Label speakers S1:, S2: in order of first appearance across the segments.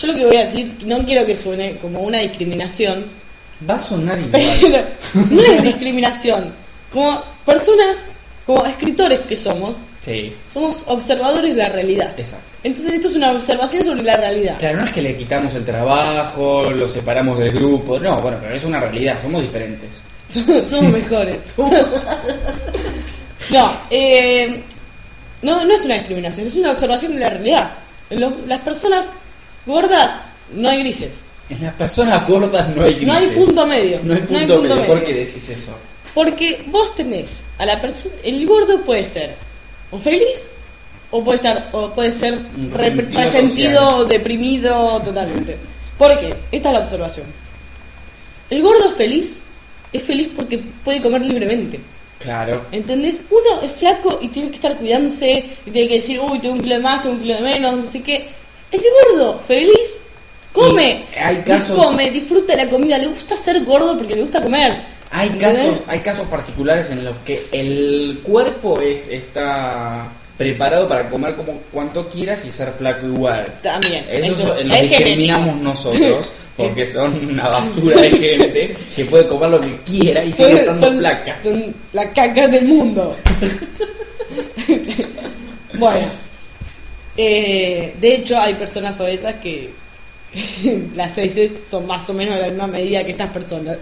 S1: Yo lo que voy a decir, no quiero que suene como una discriminación,
S2: Va a sonar igual.
S1: pero no es discriminación. Como personas, como escritores que somos,
S2: sí,
S1: somos observadores de la realidad.
S2: exacto.
S1: Entonces esto es una observación sobre la realidad.
S2: Claro, no es que le quitamos el trabajo, lo separamos del grupo. No, bueno, pero es una realidad, somos diferentes.
S1: Somos mejores. no, eh, no, no es una discriminación, es una observación de la realidad. Los- las personas gordas no hay grises.
S2: En las personas gordas no hay grises.
S1: No hay punto medio.
S2: No hay punto, medio. ¿Por qué decís eso?
S1: Porque vos tenés a la persona. El gordo puede ser o feliz o puede estar o puede ser
S2: Un
S1: re-
S2: resentido
S1: resentido,
S2: social.
S1: deprimido totalmente. ¿Por qué? Esta es la observación. El gordo feliz es feliz porque puede comer libremente.
S2: Claro.
S1: ¿Entendés? Uno es flaco y tiene que estar cuidándose y tiene que decir, uy, tengo un kilo de más, tengo un kilo de menos, no sé qué. El gordo, feliz, come.
S2: Y hay casos-
S1: Come, disfruta la comida, le gusta ser gordo porque le gusta comer.
S2: Hay
S1: ¿Entendés?
S2: casos, hay casos particulares en los que el cuerpo es está preparado para comer como cuanto quieras y ser flaco igual.
S1: También.
S2: Eso
S1: eso-
S2: es lo que
S1: es genético.
S2: discriminamos nosotros, porque son una basura de gente que puede comer lo que quiera y sigue estando flaca.
S1: son la caca del mundo. bueno, eh, de hecho hay personas obesas que las heces son más o menos de la misma medida que estas personas.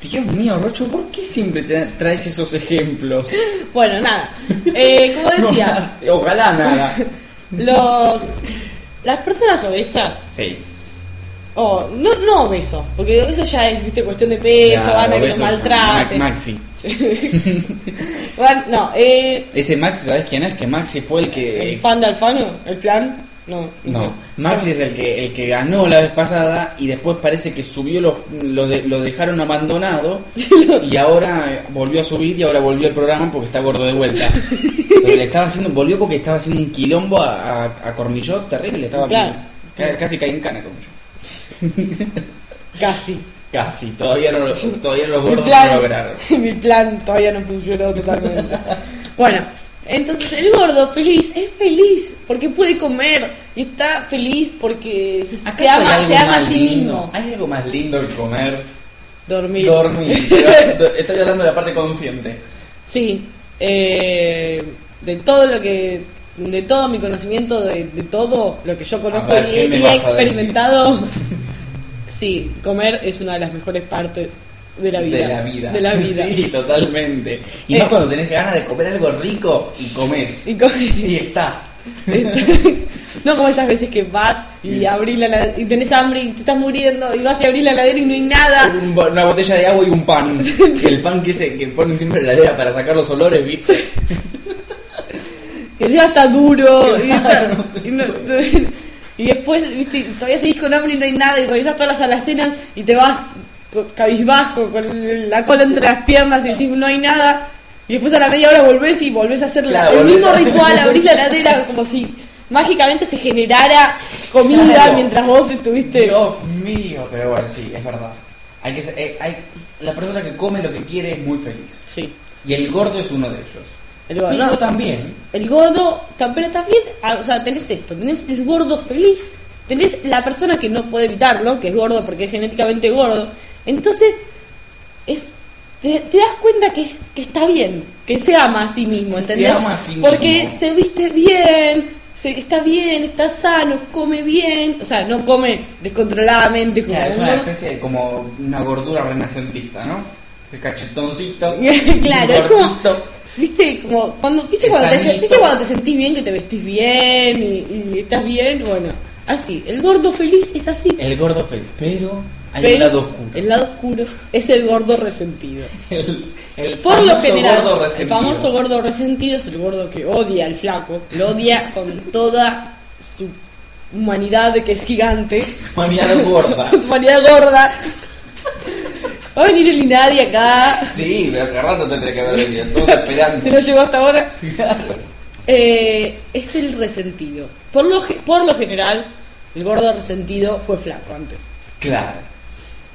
S2: Dios mío, Rocho, ¿por qué siempre te traes esos ejemplos?
S1: Bueno, nada. Eh, como decía,
S2: No, ojalá nada.
S1: los las personas obesas
S2: Sí.
S1: o no no obesos, porque eso ya es viste cuestión de peso,
S2: Claro,
S1: van a que los
S2: besos,
S1: maltraten.
S2: Ma- Maxi.
S1: Van- no, eh,
S2: Ese Maxi, ¿sabes quién es? Que Maxi fue el que
S1: el fan de Alfano, el flan, no, sé.
S2: Eh, No, Maxi es el que, el que ganó la vez pasada y después parece que subió, lo, lo, de- lo dejaron abandonado y ahora eh, volvió a subir y ahora volvió al programa porque está gordo de vuelta. Pero le estaba haciendo, volvió porque estaba haciendo un quilombo a, a, a Cormillot terrible, estaba
S1: Claro.
S2: ca- casi caí en cana Cormillot.
S1: Casi.
S2: Casi, todavía no lo, todavía los
S1: Mi
S2: gordos no lo
S1: plan,
S2: lograron.
S1: mi plan todavía no funcionó totalmente. bueno, entonces el gordo feliz es feliz porque puede comer y está feliz porque se, se
S2: ¿Acaso hay
S1: ama,
S2: algo
S1: se ama a
S2: más
S1: sí
S2: lindo?
S1: mismo.
S2: ¿Hay algo más lindo que comer?
S1: Dormir.
S2: Dormir. Pero Estoy hablando de la parte consciente.
S1: Sí, eh, de todo lo que, de todo mi conocimiento, de, de todo lo que yo conozco
S2: A ver,
S1: y,
S2: ¿qué me
S1: y he
S2: vas a decir?
S1: experimentado, sí, comer es una de las mejores partes de la vida.
S2: De la vida.
S1: De la vida.
S2: Sí, totalmente. Y
S1: Eh.
S2: más cuando tenés ganas de comer algo rico y comés.
S1: Y comer-
S2: Y está.
S1: Este, no como esas veces que vas y abrís la lade- y tenés hambre y te estás muriendo y vas y abrís la heladera y no hay nada.
S2: Un bo- Una botella de agua y un pan. El pan que, se, que ponen siempre en la heladera para sacar los olores, ¿viste?
S1: Que ya está duro. Y,
S2: Claro,
S1: está- y no- y después viste, todavía seguís con hambre y no hay nada y revisas todas las alacenas y te vas co- cabizbajo con la cola entre las piernas y decís no hay nada. Y después a la media hora volvés y volvés a hacer la-
S2: Claro,
S1: el
S2: volvés
S1: mismo
S2: a-
S1: ritual, abrís la heladera como si mágicamente se generara comida
S2: Claro.
S1: mientras vos estuviste... oh,
S2: Dios mío. Pero bueno, sí, es verdad. Hay que ser- eh, hay, la persona que come lo que quiere es muy feliz.
S1: Sí.
S2: Y el gordo es uno de ellos.
S1: El lugar,
S2: Pero
S1: ¿no?
S2: también.
S1: El gordo, tam- pero también, ah, o sea, tenés esto, tenés el gordo feliz, tenés la persona que no puede evitarlo, que es gordo porque es genéticamente gordo. Entonces, es te, te das cuenta que, que está bien, que se ama a sí mismo,
S2: Que se
S1: ¿entendés?
S2: ama a sí
S1: porque
S2: mismo.
S1: se viste bien, se, está bien, está sano, come bien, o sea, no come descontroladamente como
S2: Claro, es
S1: uno.
S2: una especie de como una gordura renacentista, ¿no? El cachetoncito.
S1: claro, es como,
S2: gordito.
S1: viste, como cuando, ¿viste, cuando te,
S2: Sanito.
S1: viste cuando te sentís bien, que te vestís bien y, y estás bien, bueno, así, el gordo feliz es así.
S2: El gordo feliz. Pero hay
S1: Pero
S2: un lado oscuro.
S1: El lado oscuro es el gordo resentido.
S2: El, el
S1: Por
S2: famoso
S1: lo general,
S2: gordo
S1: el
S2: resentido.
S1: famoso gordo resentido es el gordo que odia al flaco, lo odia con toda su humanidad que es gigante,
S2: Humanidad gorda.
S1: su humanidad gorda. Va a venir el Inadi acá.
S2: Sí, pero hace rato tendría que haber venido. Todos esperando.
S1: Se nos llegó hasta ahora. Eh, es el resentido. Por lo, ge- por lo general, el gordo resentido fue flaco antes.
S2: Claro.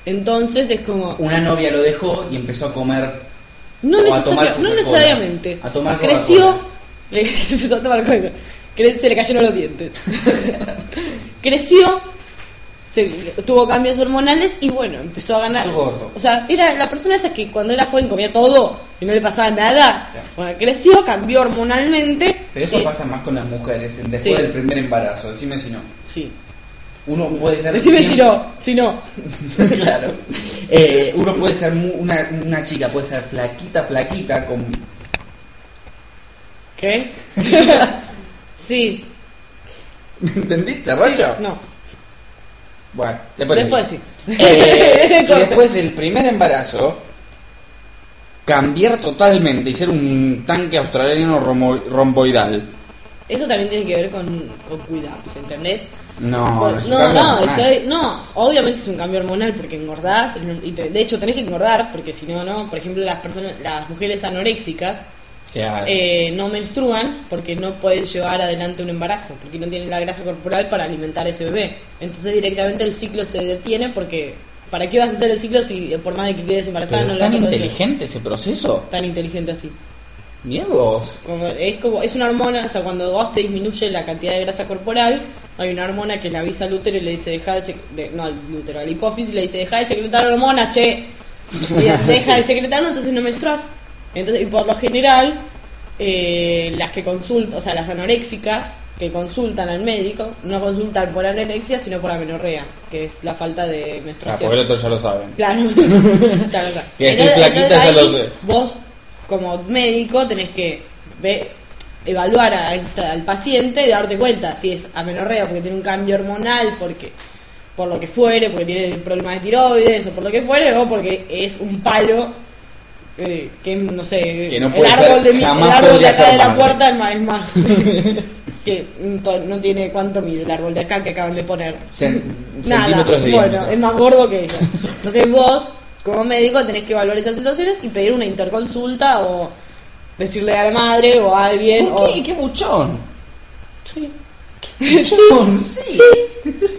S1: Entonces es como.
S2: Una novia lo dejó y empezó a comer.
S1: No,
S2: O a
S1: necesaria-
S2: tomar
S1: no
S2: Coca-Cola.
S1: necesariamente.
S2: A tomar Coca-Cola.
S1: Creció. le- se empezó a tomar Coca-Cola. Cre- Se le cayeron los dientes. Creció. se- tuvo cambios hormonales y bueno, empezó a ganar.
S2: Sos gordo.
S1: O sea, era la persona esa que cuando era joven comía todo y no le pasaba nada.
S2: Claro.
S1: Bueno, creció, cambió hormonalmente. Eh,
S2: Pero eso
S1: y-
S2: pasa más con las mujeres después
S1: Sí.
S2: del primer embarazo. Decime si no.
S1: Sí.
S2: Uno puede ser.
S1: Decime
S2: bien-
S1: si no, si no.
S2: claro. Eh, uno puede ser mu- una, una chica, puede ser flaquita, flaquita, con
S1: ¿Qué? sí.
S2: ¿Me entendiste, Rocha?
S1: No.
S2: Bueno, después.
S1: Después sí.
S2: Eh, y después del primer embarazo, cambiar totalmente y ser un tanque australiano romo- romboidal.
S1: Eso también tiene que ver con, con cuidarse, ¿entendés?
S2: No,
S1: Por-
S2: es un
S1: no,
S2: cambio
S1: no,
S2: hormonal.
S1: estoy- no, obviamente es un cambio hormonal porque engordás, y te- de hecho tenés que engordar porque si no, no, por ejemplo las personas, las mujeres anoréxicas
S2: Claro.
S1: eh, no menstruan porque no pueden llevar adelante un embarazo, porque no tienen la grasa corporal para alimentar ese bebé. Entonces directamente el ciclo se detiene porque ¿para qué vas a hacer el ciclo si eh, por más de que quedes
S2: Pero
S1: embarazada no
S2: es
S1: lo
S2: tan
S1: vas a poder hacer?
S2: inteligente ese proceso.
S1: Tan inteligente así.
S2: Mirá vos.
S1: Como- es como es una hormona, o sea, cuando vos te disminuye la cantidad de grasa corporal, hay una hormona que le avisa al útero y le dice, deja de, sec- de- no, al útero, a la hipófisis, le dice, deja de secretar hormonas, che. Y deja de secretar, no, entonces no menstruas. Entonces, y por lo general, eh, las que consultan, o sea, las anoréxicas que consultan al médico, no consultan por anorexia, sino por amenorrea, que es la falta de
S2: Ah,
S1: menstruación.
S2: porque el otro ya lo saben.
S1: Claro. ya lo sabes.
S2: Que estoy flaquita, ya lo sé.
S1: Vos, como médico, tenés que ve- evaluar a esta- al paciente y darte cuenta si es amenorrea porque tiene un cambio hormonal, porque por lo que fuere, porque tiene problemas de tiroides o por lo que fuere, o porque es un palo eh, que no sé,
S2: Que no
S1: el
S2: puede
S1: árbol
S2: ser,
S1: de mi- el
S2: jamás
S1: árbol de
S2: podría
S1: acá
S2: ser
S1: de la
S2: madre.
S1: puerta es más, es más. que to- no tiene cuánto mide el árbol de acá que acaban de poner.
S2: Cen-
S1: Nada,
S2: centímetros de
S1: bueno,
S2: diámetro.
S1: es más gordo que ella. Entonces vos, como médico, tenés que evaluar esas situaciones y pedir una interconsulta o decirle a la madre o a alguien.
S2: ¿Por
S1: o-
S2: qué? ¡Qué buchón!
S1: Sí.
S2: ¡Buchón, sí!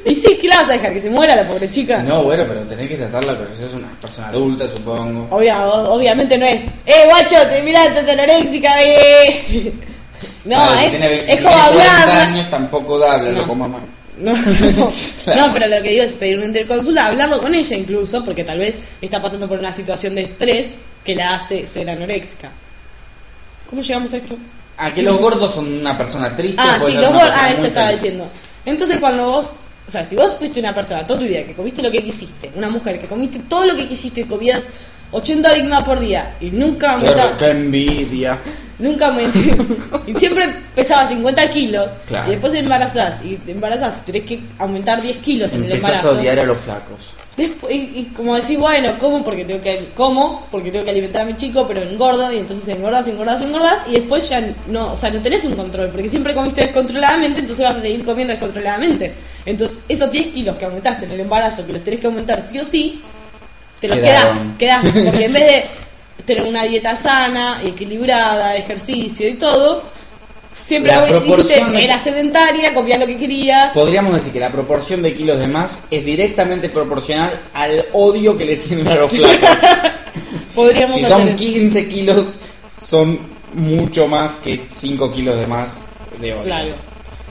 S1: Y sí, ¿qué la vas a dejar? ¿Que se muera la pobre chica?
S2: No, bueno, pero tenés que tratarla porque si es una persona adulta, supongo.
S1: Obvia- o- obviamente no es. ¡Eh, guacho! Te mirá, estás anoréxica, eh". No,
S2: A ver, si
S1: es,
S2: tiene ve-
S1: es
S2: si
S1: como
S2: tiene 40
S1: hablar.
S2: años tampoco da hablarlo
S1: No.
S2: con mamá.
S1: No, no.
S2: Claro.
S1: No, pero lo que digo es pedir una interconsulta, hablarlo con ella incluso, porque tal vez está pasando por una situación de estrés que la hace ser anoréxica. ¿Cómo llegamos a esto?
S2: Ah, que los gordos son una persona triste.
S1: Ah,
S2: puede
S1: sí,
S2: ser
S1: los
S2: una
S1: gordos.
S2: persona
S1: Ah,
S2: muy
S1: esto estaba
S2: feliz.
S1: diciendo. Entonces, cuando vos. O sea, si vos fuiste una persona toda tu vida que comiste lo que quisiste, una mujer que comiste todo lo que quisiste, comías 80 Big Mac por día y nunca
S2: Claro,
S1: aumentaste.
S2: qué envidia.
S1: Nunca me Y siempre pesaba 50 kilos.
S2: Claro.
S1: Y después te embarazás. Y te embarazás. Tenés que aumentar 10 kilos en el
S2: Empezás a
S1: embarazo.
S2: odiar a los flacos.
S1: Después, y, y como decís, bueno, como porque tengo que como porque tengo que alimentar a mi chico, pero engordo y entonces engordas, engordas, engordas y después ya no, o sea, no tenés un control, porque siempre comiste descontroladamente, entonces vas a seguir comiendo descontroladamente. Entonces, esos 10 kilos que aumentaste en el embarazo, que los tenés que aumentar sí o sí, te los quedás,
S2: Quedaron.
S1: quedás, porque en vez de tener una dieta sana, equilibrada, ejercicio y todo, siempre
S2: La
S1: comi- hiciste,
S2: proporción de-
S1: eras sedentaria, comías lo que querías.
S2: Podríamos decir que la proporción de kilos de más es directamente proporcional al odio que le tienen a los flacos.
S1: Podríamos
S2: si
S1: hacer
S2: son 15 kilos, son mucho más que 5 kilos de más de odio.
S1: Claro.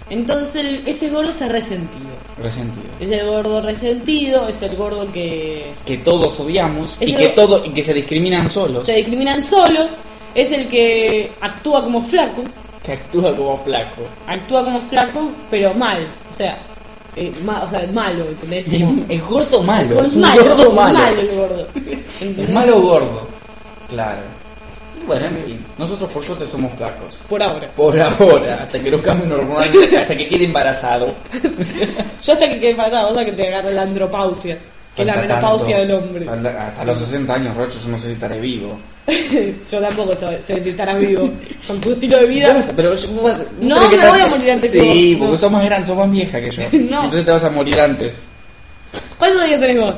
S1: Entonces el- ese gordo está resentido.
S2: Resentido.
S1: Es el gordo resentido, es el gordo que
S2: Que todos odiamos
S1: Es
S2: y
S1: el-
S2: que, todo, y que se discriminan solos.
S1: se discriminan solos, es el que actúa como flaco,
S2: Que actúa como flaco.
S1: actúa como flaco, pero mal, o sea, eh, ma- o sea malo, ¿entendés?
S2: Es,
S1: Como-
S2: es gordo malo.
S1: es
S2: Es un gordo
S1: es
S2: malo.
S1: el gordo.
S2: Es malo gordo. Claro. Y bueno, en fin. Nosotros por suerte somos flacos.
S1: Por ahora.
S2: Por ahora, hasta que nos cambien normal, hasta que quede embarazado.
S1: Yo hasta que quede embarazada, vos hasta que te agarra la andropausia, que es la
S2: Falta
S1: menopausia
S2: tanto.
S1: del hombre.
S2: Falta- hasta los 60 años, Rocho, yo no sé si estaré vivo.
S1: Yo tampoco sé sé si estarás vivo. Con tu estilo de vida.
S2: Vos vas a- pero vos vas- vos
S1: No,
S2: tenés que
S1: me
S2: estar-
S1: voy a morir antes que
S2: Sí,
S1: vos,
S2: porque
S1: no.
S2: sos más grande, sos más vieja que yo.
S1: No.
S2: Entonces te vas a morir antes.
S1: ¿Cuántos años tenés vos?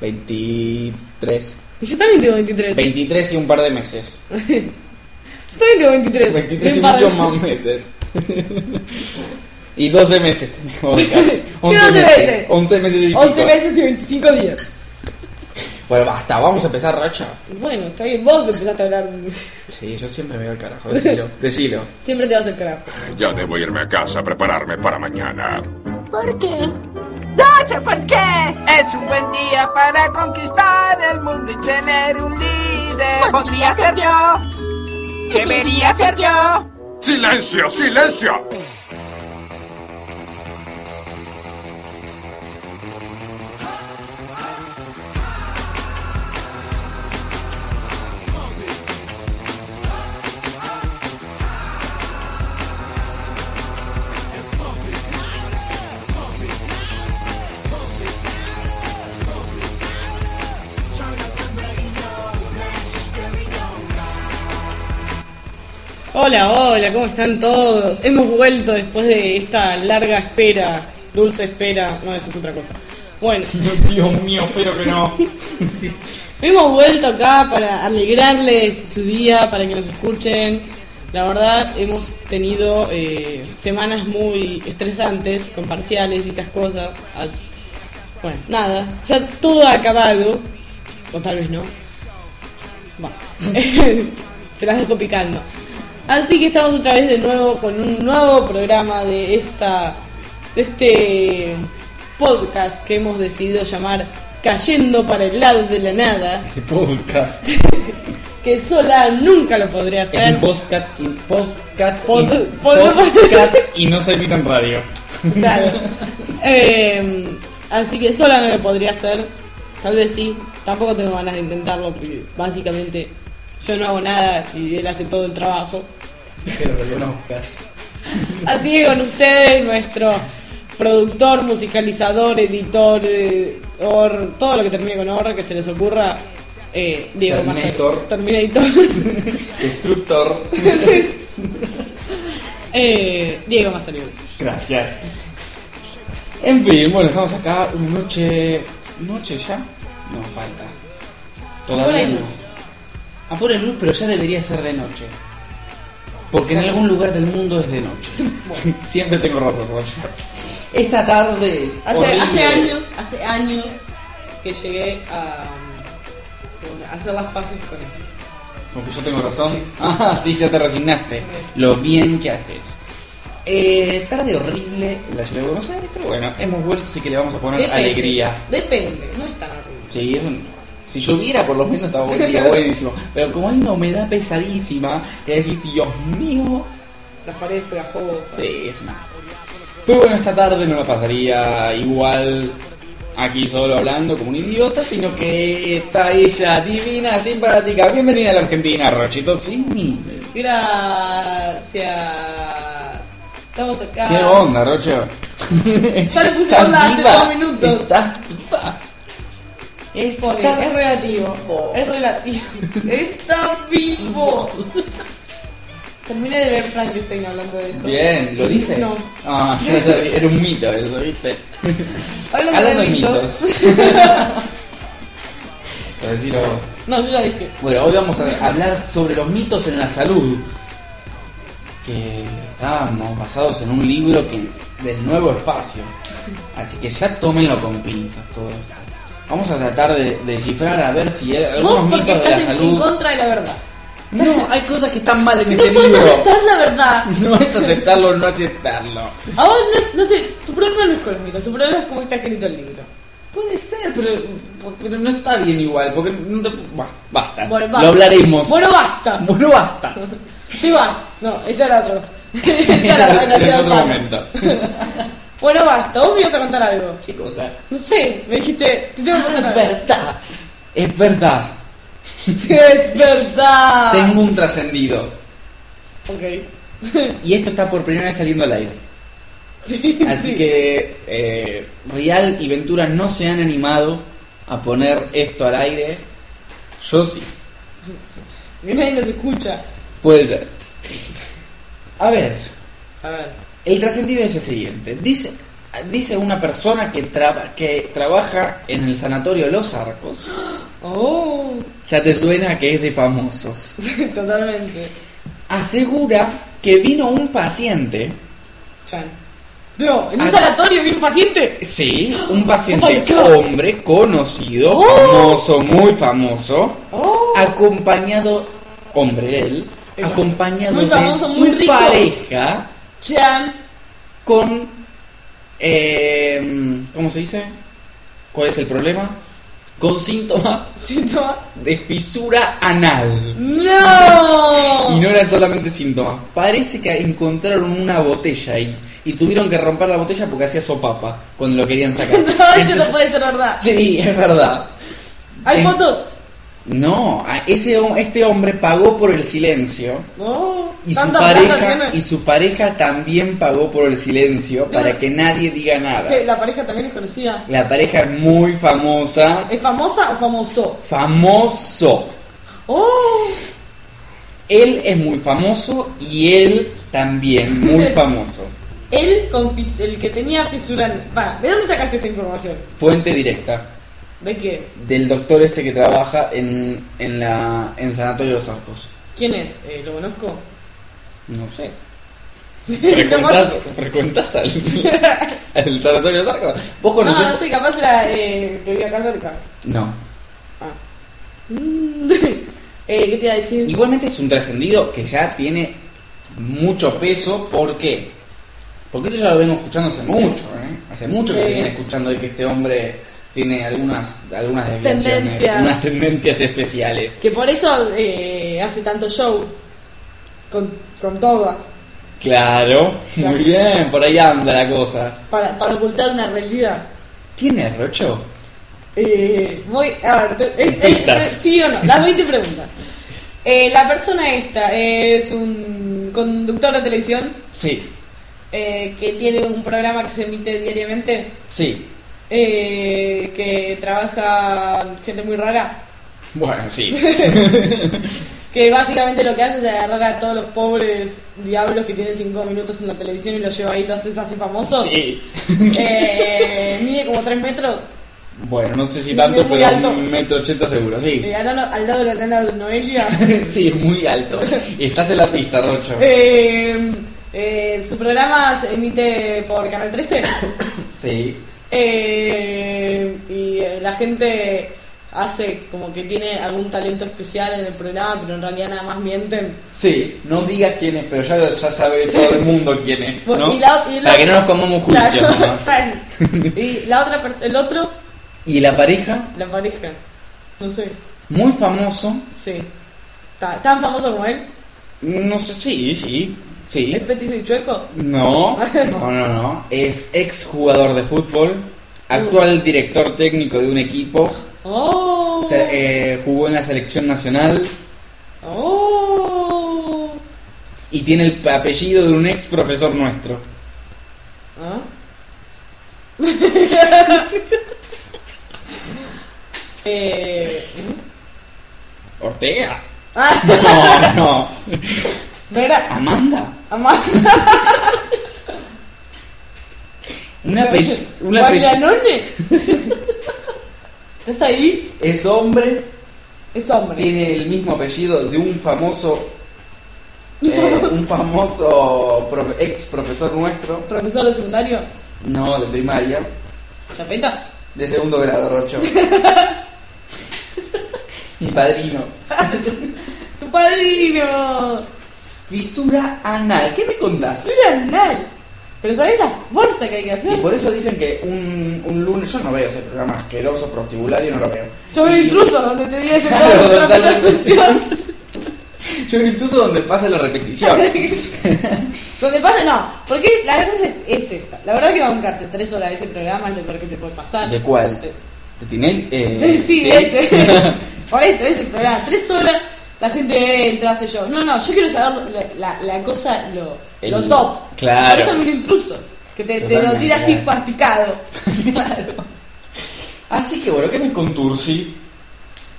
S2: 23.
S1: Yo también tengo 23.
S2: 23 y un par de meses.
S1: Yo también tengo 23.
S2: 23 y
S1: Bien padre.
S2: muchos más meses. y 12 meses tenemos acá.
S1: 12 meses?
S2: 11 meses y pico.
S1: 11 meses y 25 días.
S2: Bueno, basta, vamos a empezar, Racha.
S1: Bueno, está bien. Vos empezaste a hablar.
S2: Sí, yo siempre me veo el carajo. Decilo, decilo.
S1: Siempre te vas al carajo.
S3: Ya debo irme a casa a prepararme para mañana.
S4: ¿Por qué?
S5: No sé por qué. Es un buen día para conquistar el mundo y tener un líder. Podría ser yo. Debería ser yo.
S3: ¡Silencio, silencio!
S1: Hola, hola, ¿cómo están todos? Hemos vuelto después de esta larga espera, dulce espera, no, eso es otra cosa. Bueno,
S2: Dios mío, espero que no.
S1: hemos vuelto acá para alegrarles su día, para que nos escuchen. La verdad, hemos tenido eh, semanas muy estresantes, con parciales y esas cosas. A- Bueno, nada, ya todo ha acabado, o tal vez no. Bueno, se las dejo picando. Así que estamos otra vez de nuevo con un nuevo programa de esta de este podcast que hemos decidido llamar Cayendo para el lado de la nada,
S2: Este podcast.
S1: que sola nunca lo podría hacer.
S2: Es un podcast y podcast y
S1: Pod- pod-
S2: podcast y no se emite en radio.
S1: Claro. Eh, así que sola no lo podría hacer. Tal vez sí. Tampoco tengo ganas de intentarlo porque básicamente yo no hago nada y él hace todo el trabajo.
S2: Que lo reconozcas.
S1: Así que con ustedes, nuestro productor, musicalizador, editor, eh, or- todo lo que termine con or, que se les ocurra, eh, Diego
S2: Terminator.
S1: Mazar- Terminator.
S2: Destructor.
S1: Eh, Diego Mazariego.
S2: Gracias. En fin, bueno, estamos acá una noche. ¿Noche ya? No, falta.
S1: Afuera
S2: Todavía
S1: hay
S2: no.
S1: luz.
S2: Afuera hay luz, pero ya debería ser de noche. Porque en algún lugar del mundo es de noche. Siempre tengo razón, Roger. Esta tarde.
S1: Hace,
S2: horrible.
S1: hace años, hace años que llegué a, um, a hacer las paces con eso.
S2: Porque yo tengo razón. Ah, sí, ya te resignaste. Lo bien que haces. Eh, tarde horrible en la ciudad de Buenos Aires, pero bueno, hemos vuelto, así que le vamos a poner alegría.
S1: Depende, no es tan horrible.
S2: Sí, eso no. Si lloviera, por lo menos estaba buen día, buenísimo. Pero como hay una humedad pesadísima, que decís, Dios mío,
S1: Las paredes pegajosas.
S2: sí, es una. Pero bueno, esta tarde no la pasaría igual aquí solo hablando como un idiota, sino que está ella divina, simpática. Bienvenida a la Argentina, Rochito Simi.
S1: Gracias. Estamos acá.
S2: ¿Qué onda, Rocho?
S1: Ya le puse
S2: Estás
S1: onda hace
S2: viva.
S1: dos minutos.
S2: Estás viva.
S1: Es, es relativo. Es relativo. Está vivo. Terminé de ver Frankenstein hablando de eso.
S2: Bien, ¿lo dice?
S1: No.
S2: Ah, ya sabía, era un mito eso, ¿viste?
S1: Hablando,
S2: Hablando
S1: de
S2: de
S1: mitos.
S2: mitos. Por decirlo.
S1: No, yo ya dije.
S2: Bueno, hoy vamos a hablar sobre los mitos en la salud. Que estábamos basados en un libro que, del nuevo espacio. Así que ya tómenlo con pinzas todo esto. Vamos a tratar de de descifrar a ver si hay algunos
S1: Vos porque
S2: mitos de la
S1: estás en, en
S2: salud.
S1: contra de la verdad.
S2: No, hay cosas que están mal en
S1: Si no
S2: este
S1: puedes
S2: libro.
S1: aceptar la verdad.
S2: No es aceptarlo o no aceptarlo.
S1: A vos no, no te, tu problema no es con los mitos, tu problema es cómo está escrito el libro.
S2: Puede ser, pero, pero no está bien igual, porque no te- bah, basta.
S1: Bueno,
S2: Lo
S1: basta.
S2: hablaremos.
S1: Bueno, basta.
S2: Bueno, basta.
S1: Te vas. No, esa era otra cosa. Esa era la
S2: en
S1: relación
S2: otro
S1: al pan.
S2: momento.
S1: Bueno, basta. Vos me ibas a contar algo.
S2: ¿Qué cosa?
S1: No sé, me dijiste, te tengo que
S2: Es
S1: contar algo.
S2: verdad. Es verdad.
S1: Es verdad.
S2: Tengo un trascendido.
S1: Ok.
S2: Y esto está por primera vez saliendo al aire. Así que eh, Real y Ventura no se han animado a poner esto al aire. Yo sí.
S1: Que nadie nos escucha.
S2: Puede ser. A ver,
S1: A ver.
S2: el trascendido es el siguiente. Dice, dice una persona que, traba- que trabaja en el sanatorio Los Arcos.
S1: Oh,
S2: Ya te suena que es de famosos.
S1: totalmente.
S2: Asegura que vino un paciente.
S1: Chan. No, en un
S2: Ah.
S1: sanatorio vino un paciente.
S2: Sí,
S1: Oh
S2: un
S1: my
S2: paciente
S1: God.
S2: hombre, conocido,
S1: Oh.
S2: famoso, muy famoso.
S1: Oh,
S2: Ah. Acompañado, hombre él,
S1: Eh,
S2: acompañado
S1: muy famoso,
S2: de
S1: muy
S2: su
S1: rico.
S2: pareja
S1: Chan.
S2: con... eh, ¿Cómo se dice? ¿Cuál es el problema? Con síntomas
S1: Síntomas.
S2: de fisura anal.
S1: No.
S2: Y no eran solamente síntomas. Parece que encontraron una botella ahí. Y tuvieron que romper la botella porque hacía sopapa cuando lo querían sacar.
S1: No, eso no
S2: Entonces-
S1: puede ser verdad.
S2: Sí, es verdad.
S1: Hay
S2: Eh.
S1: fotos.
S2: No, a ese, hom- este hombre pagó por el silencio.
S1: No.
S2: Y su,
S1: tanta plata
S2: pareja,
S1: tiene.
S2: y su pareja también pagó por el silencio para que nadie diga nada.
S1: Che, la pareja también es conocida.
S2: La pareja es muy famosa.
S1: ¿Es famosa o famoso?
S2: Famoso.
S1: Oh.
S2: Él es muy famoso y él también muy famoso.
S1: Él con fis- el que tenía fisura. en- Para, ¿de dónde sacaste esta información?
S2: Fuente directa.
S1: ¿De qué?
S2: del doctor este que trabaja en, en la en Sanatorio de los Arcos.
S1: ¿Quién es? Eh, ¿Lo conozco?
S2: No sé.
S1: No,
S2: ¿Frecuentás,
S1: no,
S2: frecuentás al, al Sanatorio de los Arcos? ¿Vos conocés?
S1: Ah, no sé, capaz era eh, que vivía acá cerca.
S2: No.
S1: Ah. Mm. eh, ¿Qué te iba a decir?
S2: Igualmente es un trascendido que ya tiene mucho peso. ¿Por qué? Porque eso ya lo vengo escuchando hace mucho. ¿eh? Hace mucho que
S1: Sí.
S2: se viene escuchando de que este hombre tiene algunas, algunas desviaciones,
S1: Tendencias.
S2: unas tendencias especiales.
S1: Que por eso eh, hace tanto show. Con, con todas.
S2: Claro, muy bien, por ahí anda la cosa.
S1: Para, para ocultar una realidad.
S2: ¿Quién es Rocho?
S1: Eh, voy a ver. te- eh, eh,
S2: Pistas.
S1: eh, sí o no, las 20 preguntas. Eh, la persona esta es un conductor de televisión
S2: Sí,
S1: eh, que tiene un programa que se emite diariamente,
S2: sí,
S1: eh, que trabaja gente muy rara,
S2: Bueno, sí.
S1: que básicamente lo que hace es agarrar a todos los pobres diablos que tienen 5 minutos en la televisión y los lleva ahí, los hace así famosos.
S2: sí.
S1: Eh, mide como 3 metros,
S2: Bueno, no sé si tanto,
S1: Muy
S2: pero
S1: alto.
S2: un metro ochenta seguro, sí.
S1: eh, al, lado- al lado de la lana de Noelia.
S2: Sí, es muy alto. Y estás en la pista, Rocho.
S1: Eh, eh, su programa se emite por Canal 13
S2: Sí.
S1: Eh, y eh, la gente hace como que tiene algún talento especial en el programa, pero en realidad nada más mienten.
S2: Sí, no digas quién es, pero ya, ya sabe todo el mundo quién es, ¿no?
S1: Y la- y la-
S2: Para que no nos comamos juicio.
S1: Claro,
S2: nomás.
S1: ¿sabes? y la otra pers- el otro,
S2: Y la pareja,
S1: la pareja. No sé,
S2: muy famoso.
S1: sí. Ta- ¿Tan famoso como él?
S2: No sé, sí, sí, sí.
S1: ¿Es petiso y chueco?
S2: No, no, no, no. Es ex jugador de fútbol, actual director técnico de un equipo,
S1: ¡Oh!
S2: tra- eh, jugó en la selección nacional,
S1: ¡Oh!
S2: Y tiene el apellido de un ex profesor nuestro.
S1: ¿Ah? eh,
S2: ¿Ortega?
S1: ah,
S2: No, no.
S1: Vera,
S2: ¿Amanda?
S1: Ah, Amanda
S2: Un apellido. Un apellido.
S1: Guaglianone. ¿Estás ahí?
S2: Es hombre,
S1: Es hombre.
S2: tiene el mismo apellido de un famoso. eh, un famoso profe- ex profesor nuestro.
S1: ¿Profesor de secundario?
S2: No, de primaria.
S1: ¿Chapeta?
S2: De segundo grado, Rocho. Mi padrino.
S1: ¡Tu padrino!
S2: Fisura anal. ¿Qué me contás?
S1: ¡Mira anal! Pero ¿sabés la fuerza que hay que
S2: Y
S1: hacer?
S2: por eso dicen que un, un lunes. Yo no veo ese programa asqueroso, prostibulario, no lo veo.
S1: Yo veo
S2: Y-
S1: intruso donde te digas que
S2: Claro,
S1: todas las traperas
S2: totalmente, sí.
S1: sucias.
S2: Yo vi incluso donde pasa la repetición.
S1: Donde pasa, no, porque la verdad es, es esta. La verdad que bancarse tres horas de ese programa es lo peor que te puede pasar. Eh,
S2: ¿De cuál? ¿De Tinel? Eh,
S1: Sí, ese. Por eso, ese programa. Tres horas, la gente entra, hace yo. No, no, yo quiero saber la, la- la cosa, lo,
S2: El-
S1: lo top.
S2: claro.
S1: Por eso miro intrusos, que te, te lo
S2: Totalmente,
S1: tira así
S2: claro.
S1: masticado.
S2: Así que bueno, ¿qué me contursi?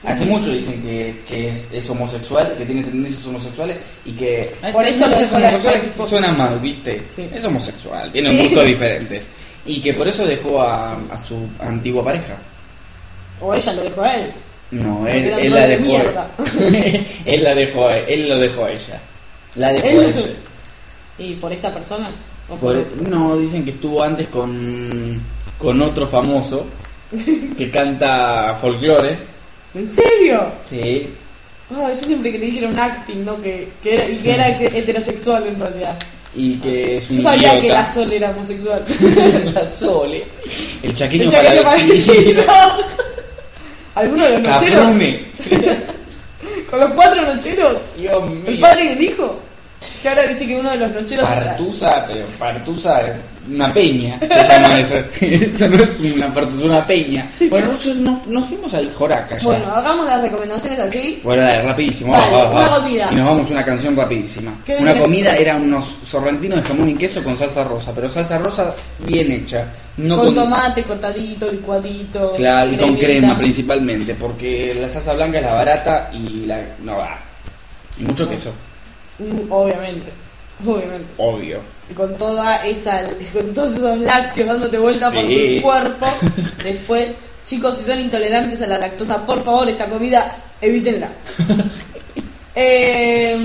S2: Hace mucho dicen que, que es, es homosexual, que tiene tendencias homosexuales y que "Ay,
S1: Por eso
S2: tendencias
S1: dejó la-
S2: homosexuales suena mal, ¿viste?
S1: Sí.
S2: Es homosexual, tiene
S1: Sí.
S2: gustos diferentes. Y que por eso dejó a, a su antigua pareja.
S1: O ella lo dejó a él.
S2: No, él,
S1: era
S2: él
S1: todo
S2: la
S1: de
S2: dejó.
S1: mierda.
S2: él la dejó, a- él lo dejó a ella. La dejó
S1: Él
S2: a
S1: lo-
S2: ella.
S1: ¿Y por esta persona? ¿O
S2: Por- e-,
S1: por otro?
S2: no, dicen que estuvo antes con, con otro famoso que canta folclore.
S1: ¿En serio?
S2: Sí.
S1: Ah, yo siempre creí que era un acting, ¿no? Que, que era, y que era heterosexual en realidad.
S2: Y que es un
S1: Yo sabía
S2: idiota.
S1: que la Sol era homosexual.
S2: La Sole. El chaqueño,
S1: El
S2: para
S1: chaqueño
S2: los
S1: para-
S2: chilicidos.
S1: Alguno de los nocheros.
S2: Cafrune.
S1: Con los cuatro nocheros.
S2: Dios
S1: El
S2: mío.
S1: padre y el hijo. Que ahora viste que uno de los nocheros.
S2: Partusa, pero Partusa, una peña se llama eso. Eso no es una Partusa, una peña. Bueno, nosotros no- nos fuimos al Joraca ya.
S1: Bueno, hagamos las recomendaciones así.
S2: Bueno, dale, rapidísimo.
S1: Vale,
S2: vamos, vamos,
S1: una
S2: vamos.
S1: comida.
S2: Y nos vamos a una canción rapidísima.
S1: ¿Qué
S2: Una
S1: vendré?
S2: comida era unos sorrentinos de jamón y queso con salsa rosa, pero salsa rosa bien hecha. No
S1: con, tomate cortadito, licuadito.
S2: Claro, y con crema
S1: cremita.
S2: principalmente, porque la salsa blanca es la barata y la... no va. Y mucho queso,
S1: Mm, Obviamente. Obviamente.
S2: obvio.
S1: Y Con toda esa, con todos esos lácteos dándote vuelta por
S2: Sí.
S1: tu cuerpo. Después, chicos, si son intolerantes a la lactosa, por favor, esta comida, evítenla. Eh,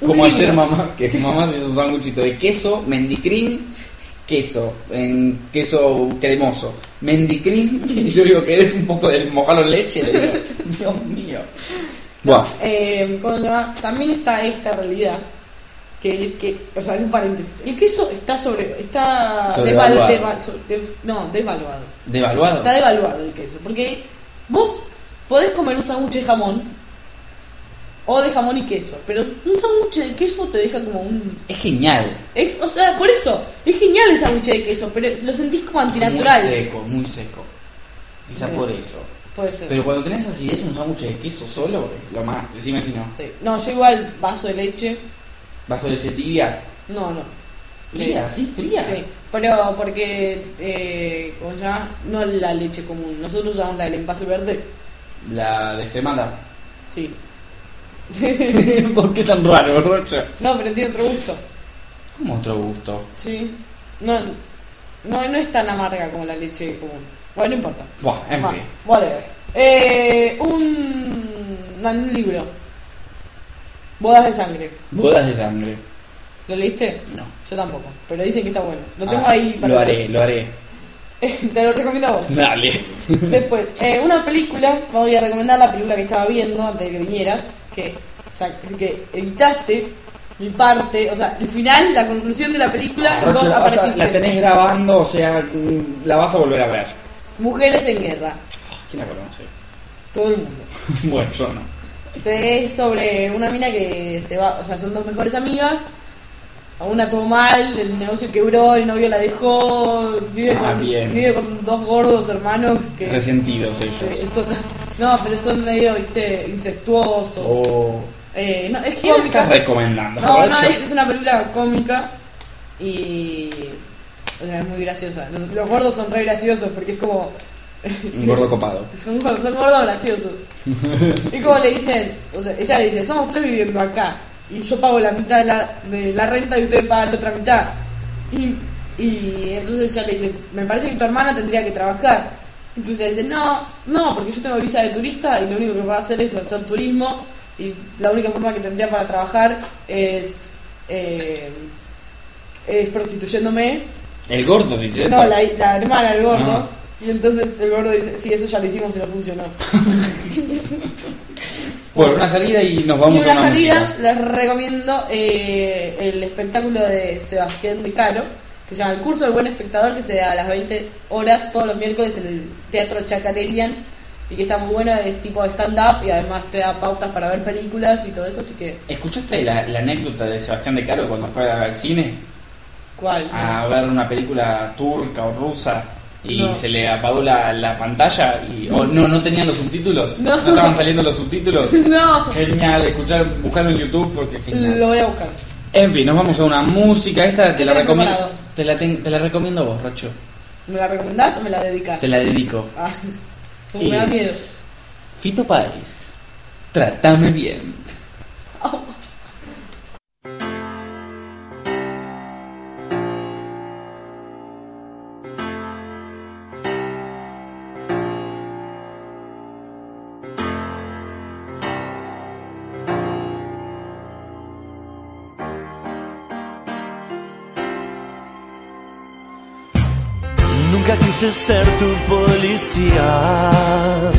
S1: un
S2: Como ayer
S1: libro.
S2: mamá, que mamá se hizo un sanguchito de queso, mendicrín, queso, en queso cremoso, mendicrín, y yo digo, ¿querés un poco de mojalo en leche? Le digo, Dios mío. Bueno,
S1: Eh, ¿cómo se llama? También está esta realidad. Que, el que, o sea, es un paréntesis. El queso está sobre. Está. deval-
S2: Sobrevaluado.
S1: deva- so- de- no, devaluado.
S2: devaluado.
S1: Está devaluado el queso. Porque vos podés comer un sándwich de jamón. O de jamón y queso. Pero un sándwich de queso te deja como un.
S2: Es genial.
S1: es- o sea, por eso. Es genial el sándwich de queso. Pero lo sentís como antinatural.
S2: Muy seco, muy seco. Quizás
S1: Sí.
S2: por eso.
S1: Puede ser.
S2: Pero cuando tenés acidez, un sándwich de queso solo, es lo más. Decime si no.
S1: Sí. No, yo igual vaso de leche.
S2: Vaso de leche tibia.
S1: No, no.
S2: Fría, sí, fría.
S1: Sí, pero porque, eh, ¿cómo se llama? No la leche común. Nosotros usamos la del envase verde.
S2: La descremada.
S1: Sí.
S2: ¿Por qué tan raro, Rocha?
S1: No, pero tiene otro gusto.
S2: Como otro gusto.
S1: Sí. No, no, no es tan amarga como la leche común. Bueno, no importa.
S2: Buah, en
S1: Ah,
S2: fin.
S1: whatever. Eh, un, no, un libro. Bodas de sangre.
S2: Bodas de sangre.
S1: ¿Lo leíste?
S2: No.
S1: Yo tampoco. Pero dicen que está bueno. Lo tengo
S2: Ah,
S1: ahí para...
S2: Lo haré, lo haré.
S1: Te lo recomiendo a vos.
S2: Dale.
S1: Después, eh, una película, voy a recomendar la película que estaba viendo antes de que vinieras, que, sa- que evitaste mi parte, o sea, el final, la conclusión de la película, vos
S2: Rocha, vas a-
S1: apareciste.
S2: la tenés grabando, o sea, mm, la vas a volver a ver.
S1: Mujeres en guerra,
S2: ¿Quién la conoce?
S1: todo el mundo.
S2: bueno, yo no.
S1: Se- Es sobre una mina que se va, o sea, son dos mejores amigas, a una todo mal, el negocio quebró, el novio la dejó, vive,
S2: Ah,
S1: con,
S2: bien.
S1: vive con dos gordos hermanos que...
S2: Resentidos
S1: Eh,
S2: ellos.
S1: esto- no, pero son medio, viste, incestuosos.
S2: O...
S1: Eh, no, es
S2: Oh. ¿Qué me
S1: cómica.
S2: estás recomendando?
S1: No, no,
S2: Rocha?
S1: es es una película cómica y. O sea, es muy graciosa. Los, los gordos son re graciosos porque es como.
S2: Un gordo copado.
S1: Son, gor- son gordos graciosos. Y como le dicen. O sea, ella le dice: Somos tres viviendo acá. Y yo pago la mitad de la, de la renta y ustedes pagan la otra mitad. Y, y entonces ella le dice: Me parece que tu hermana tendría que trabajar. Entonces ella dice: No, no, porque yo tengo visa de turista y lo único que puedo hacer es hacer turismo. Y la única forma que tendría para trabajar es. eh, es prostituyéndome.
S2: El gordo dice
S1: No,
S2: eso.
S1: la, la hermana del gordo.
S2: Ah.
S1: Y entonces el gordo dice, sí, eso ya lo hicimos y no funcionó.
S2: Bueno, una salida y nos
S1: Y
S2: vamos
S1: una
S2: a una
S1: salida
S2: música.
S1: les recomiendo eh, el espectáculo de Sebastián de Caro, que se llama El Curso del Buen Espectador, que se da a las 20 horas todos los miércoles en el Teatro Chacarerian y que está muy bueno, es tipo de stand-up y además te da pautas para ver películas y todo eso, así que,
S2: ¿Escuchaste la, la anécdota de Sebastián de Caro cuando fue al cine
S1: ¿cuál?
S2: a ver una película turca o rusa y
S1: No.
S2: se le apagó la, la pantalla y o no no tenían los subtítulos?
S1: No.
S2: estaban saliendo los subtítulos.
S1: No,
S2: Genial, escuchar buscando en YouTube porque es genial.
S1: lo voy a buscar.
S2: En fin, nos vamos a una música. Esta te la
S1: Tenés
S2: recomiendo.
S1: preparado.
S2: Te la, ten- te la recomiendo a vos, Rocho.
S1: ¿Me la recomendás o me la dedicás?
S2: Te la dedico.
S1: Ah, me da
S2: Es
S1: miedo.
S2: Fito Páez, trátame bien.
S4: Nunca quise ser tu policía,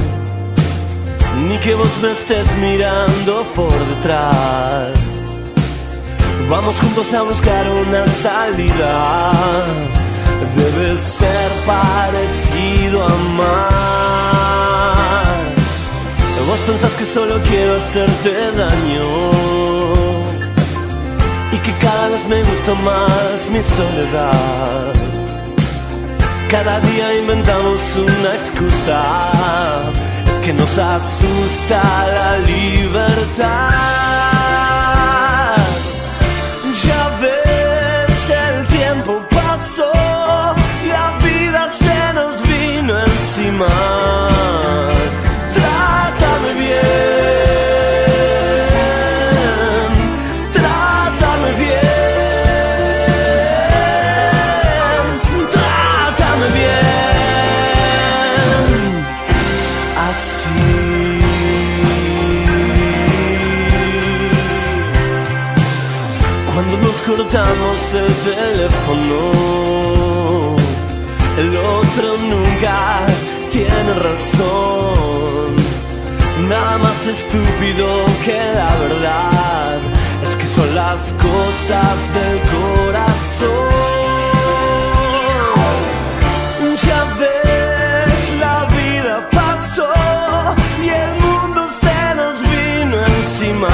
S4: ni que vos me estés mirando por detrás. Vamos juntos a buscar una salida. Debes ser parecido a más. Vos pensás que solo quiero hacerte daño y que cada vez me gusta más mi soledad. Cada día inventamos una excusa. Es que nos asusta la libertad. Ya ves, el tiempo pasó. La vida se nos vino encima. Trátame bien. Trátame bien. Trátame bien. Así. Cuando nos cortamos el teléfono, el otro nunca tiene razón. Nada más estúpido que la verdad es que son las cosas del corazón. Ya ves, la vida pasó y el mundo se nos vino encima.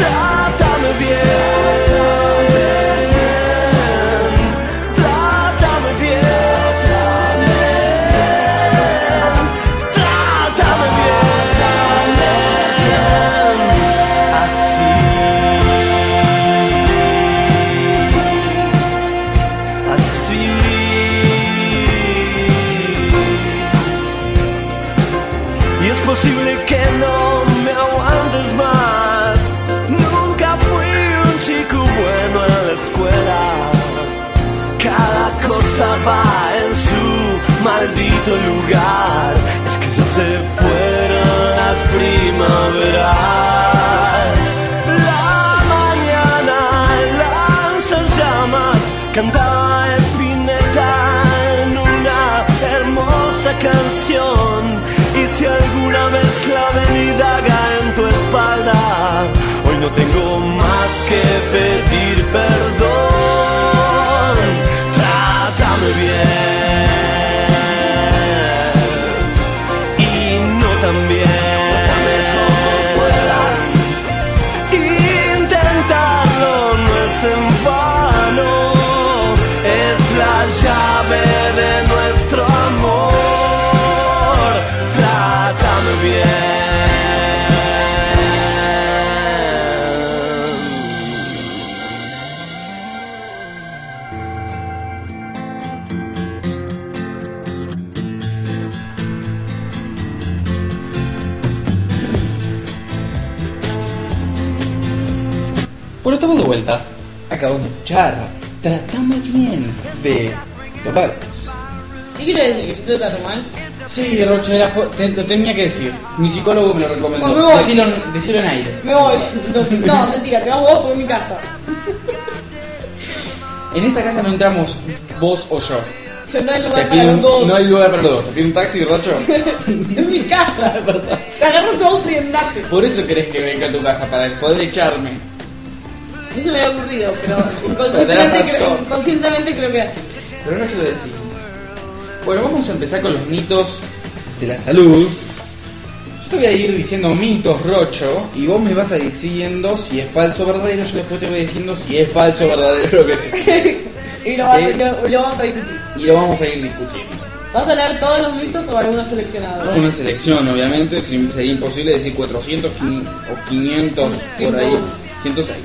S4: Trátame bien, trátame bien, trátame bien, así. Así. Y es posible que no me aguantes más. Nunca fui un chico bueno en la escuela. Cada cosa va en su maldito lugar. Es que ya se fueron las primaveras. La mañana lanzas llamas, cantaba Spinetta en una hermosa canción. Y si alguna vez la avenida cae en tu espalda, hoy no tengo más que pedir perdón. Trátame bien y no tan bien. como puedas. Intentarlo no es en vano, es la llave de nuestro amor. Trátame bien.
S2: Bueno, estamos de vuelta. Acabamos de escuchar Trátame bien de Fito Páez.
S1: ¿Qué quiere decir? ¿Que yo te trato mal?
S2: Sí, Rocha, era fu- te- lo tenía que decir. Mi psicólogo me lo
S1: Pues me
S2: recomendó.
S1: voy.
S2: Decirlo, decirlo en aire.
S1: Me voy. No, mentira, te vas vos por mi casa.
S2: En esta casa no entramos vos o yo.
S1: O sea, no hay
S2: Te
S1: lugar para
S2: pido
S1: los dos.
S2: un- no hay lugar para los dos. ¿Te pido un taxi, Rocho?
S1: Es mi casa. Te agarro tu auto y andaste.
S2: Por eso querés que venga a tu casa, para poder echarme.
S1: Eso me había ocurrido, pero
S2: Pero
S1: inconscientemente,
S2: tenés razón.
S1: creo, inconscientemente creo que era así.
S2: Pero no es que lo decís. Bueno, vamos a empezar con los mitos de la salud. Yo te voy a ir diciendo mitos, Rocho, y vos me vas a diciendo si es falso o verdadero. Yo después te voy diciendo si es falso o verdadero lo que decís.
S1: Y lo, vas-
S2: Sí.
S1: lo- lo vamos a discutir.
S2: Y lo vamos a ir discutiendo.
S1: ¿Vas a leer todos los mitos o algunos seleccionados?
S2: Una selección, obviamente, si- sería imposible decir 400 quin- o 500 por ahí. 106.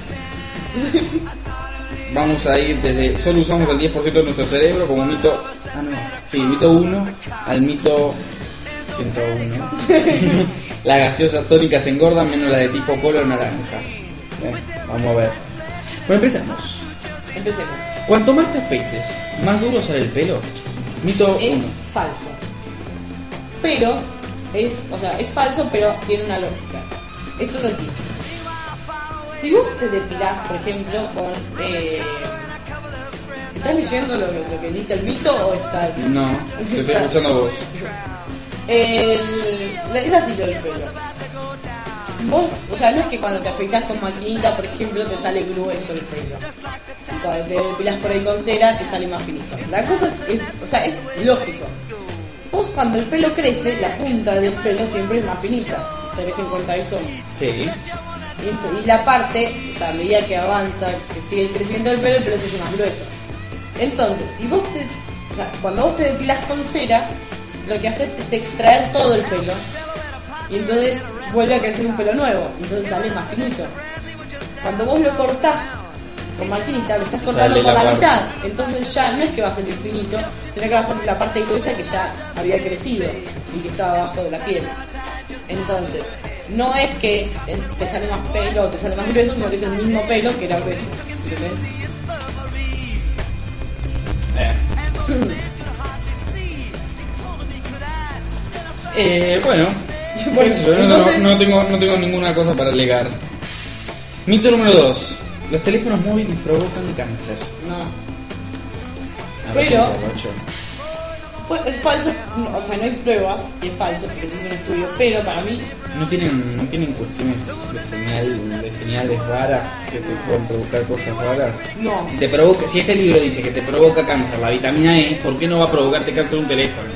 S2: Vamos a ir desde. Solo usamos el 10% de nuestro cerebro como mito. Ah, no. Sí, mito 1 al mito 101. Las gaseosas tónicas engordan menos las de tipo cola o naranja. Eh, vamos a ver. Bueno, empezamos.
S1: Empecemos.
S2: Cuanto más te afeites, más duro sale el pelo. Mito
S1: Es
S2: 1.
S1: falso. Pero, es, o sea, es falso, pero tiene una lógica. Esto es así. Si vos te depilás, por ejemplo, con... eh, ¿Estás leyendo lo, lo que dice el mito o estás...?
S2: No, te estoy escuchando a vos.
S1: El, la- es así lo del pelo. Vos, o sea, no es que cuando te afeitas con maquinita, por ejemplo, te sale grueso el pelo. Y cuando te depilas por ahí con cera, te sale más finito. La cosa es, es- o sea, es lógico. Vos cuando el pelo crece, la punta del pelo siempre es más finita. Tenés en cuenta eso.
S2: Sí.
S1: Y, esto- y la parte, o sea, a medida que avanza, que sigue el crecimiento del pelo, el pelo se hace más grueso. Entonces, si vos te, o sea, cuando vos te depilas con cera, lo que haces es extraer todo el pelo. Y entonces vuelve a crecer un pelo nuevo, entonces sale más finito. Cuando vos lo cortás con maquinita, lo estás cortando
S2: Sale
S1: por
S2: la
S1: la,
S2: parte.
S1: mitad, entonces ya no es que va a ser finito, sino que va a ser la parte gruesa que ya había crecido y que estaba abajo de la piel. Entonces, no es que te sale más pelo o te sale más grueso, sino que es el mismo pelo que era grueso. ¿Entendés?
S2: Eh, bueno,
S1: Bueno,
S2: qué sé yo, no-
S1: entonces-
S2: no, tengo, no tengo ninguna cosa para alegar. Mito número 2. Los teléfonos móviles provocan cáncer.
S1: No.
S2: A ver,
S1: Pero-
S2: borracho.
S1: Fue- Pues, Es falso, no, o sea, no hay pruebas, y es falso porque se hizo un estudio, pero para mí,
S2: No tienen, no tienen cuestiones de, señal, de señales raras que te pueden provocar cosas raras.
S1: no.
S2: Si, te provoca, si este libro dice que te provoca cáncer la vitamina E, ¿por qué no va a provocarte cáncer un teléfono?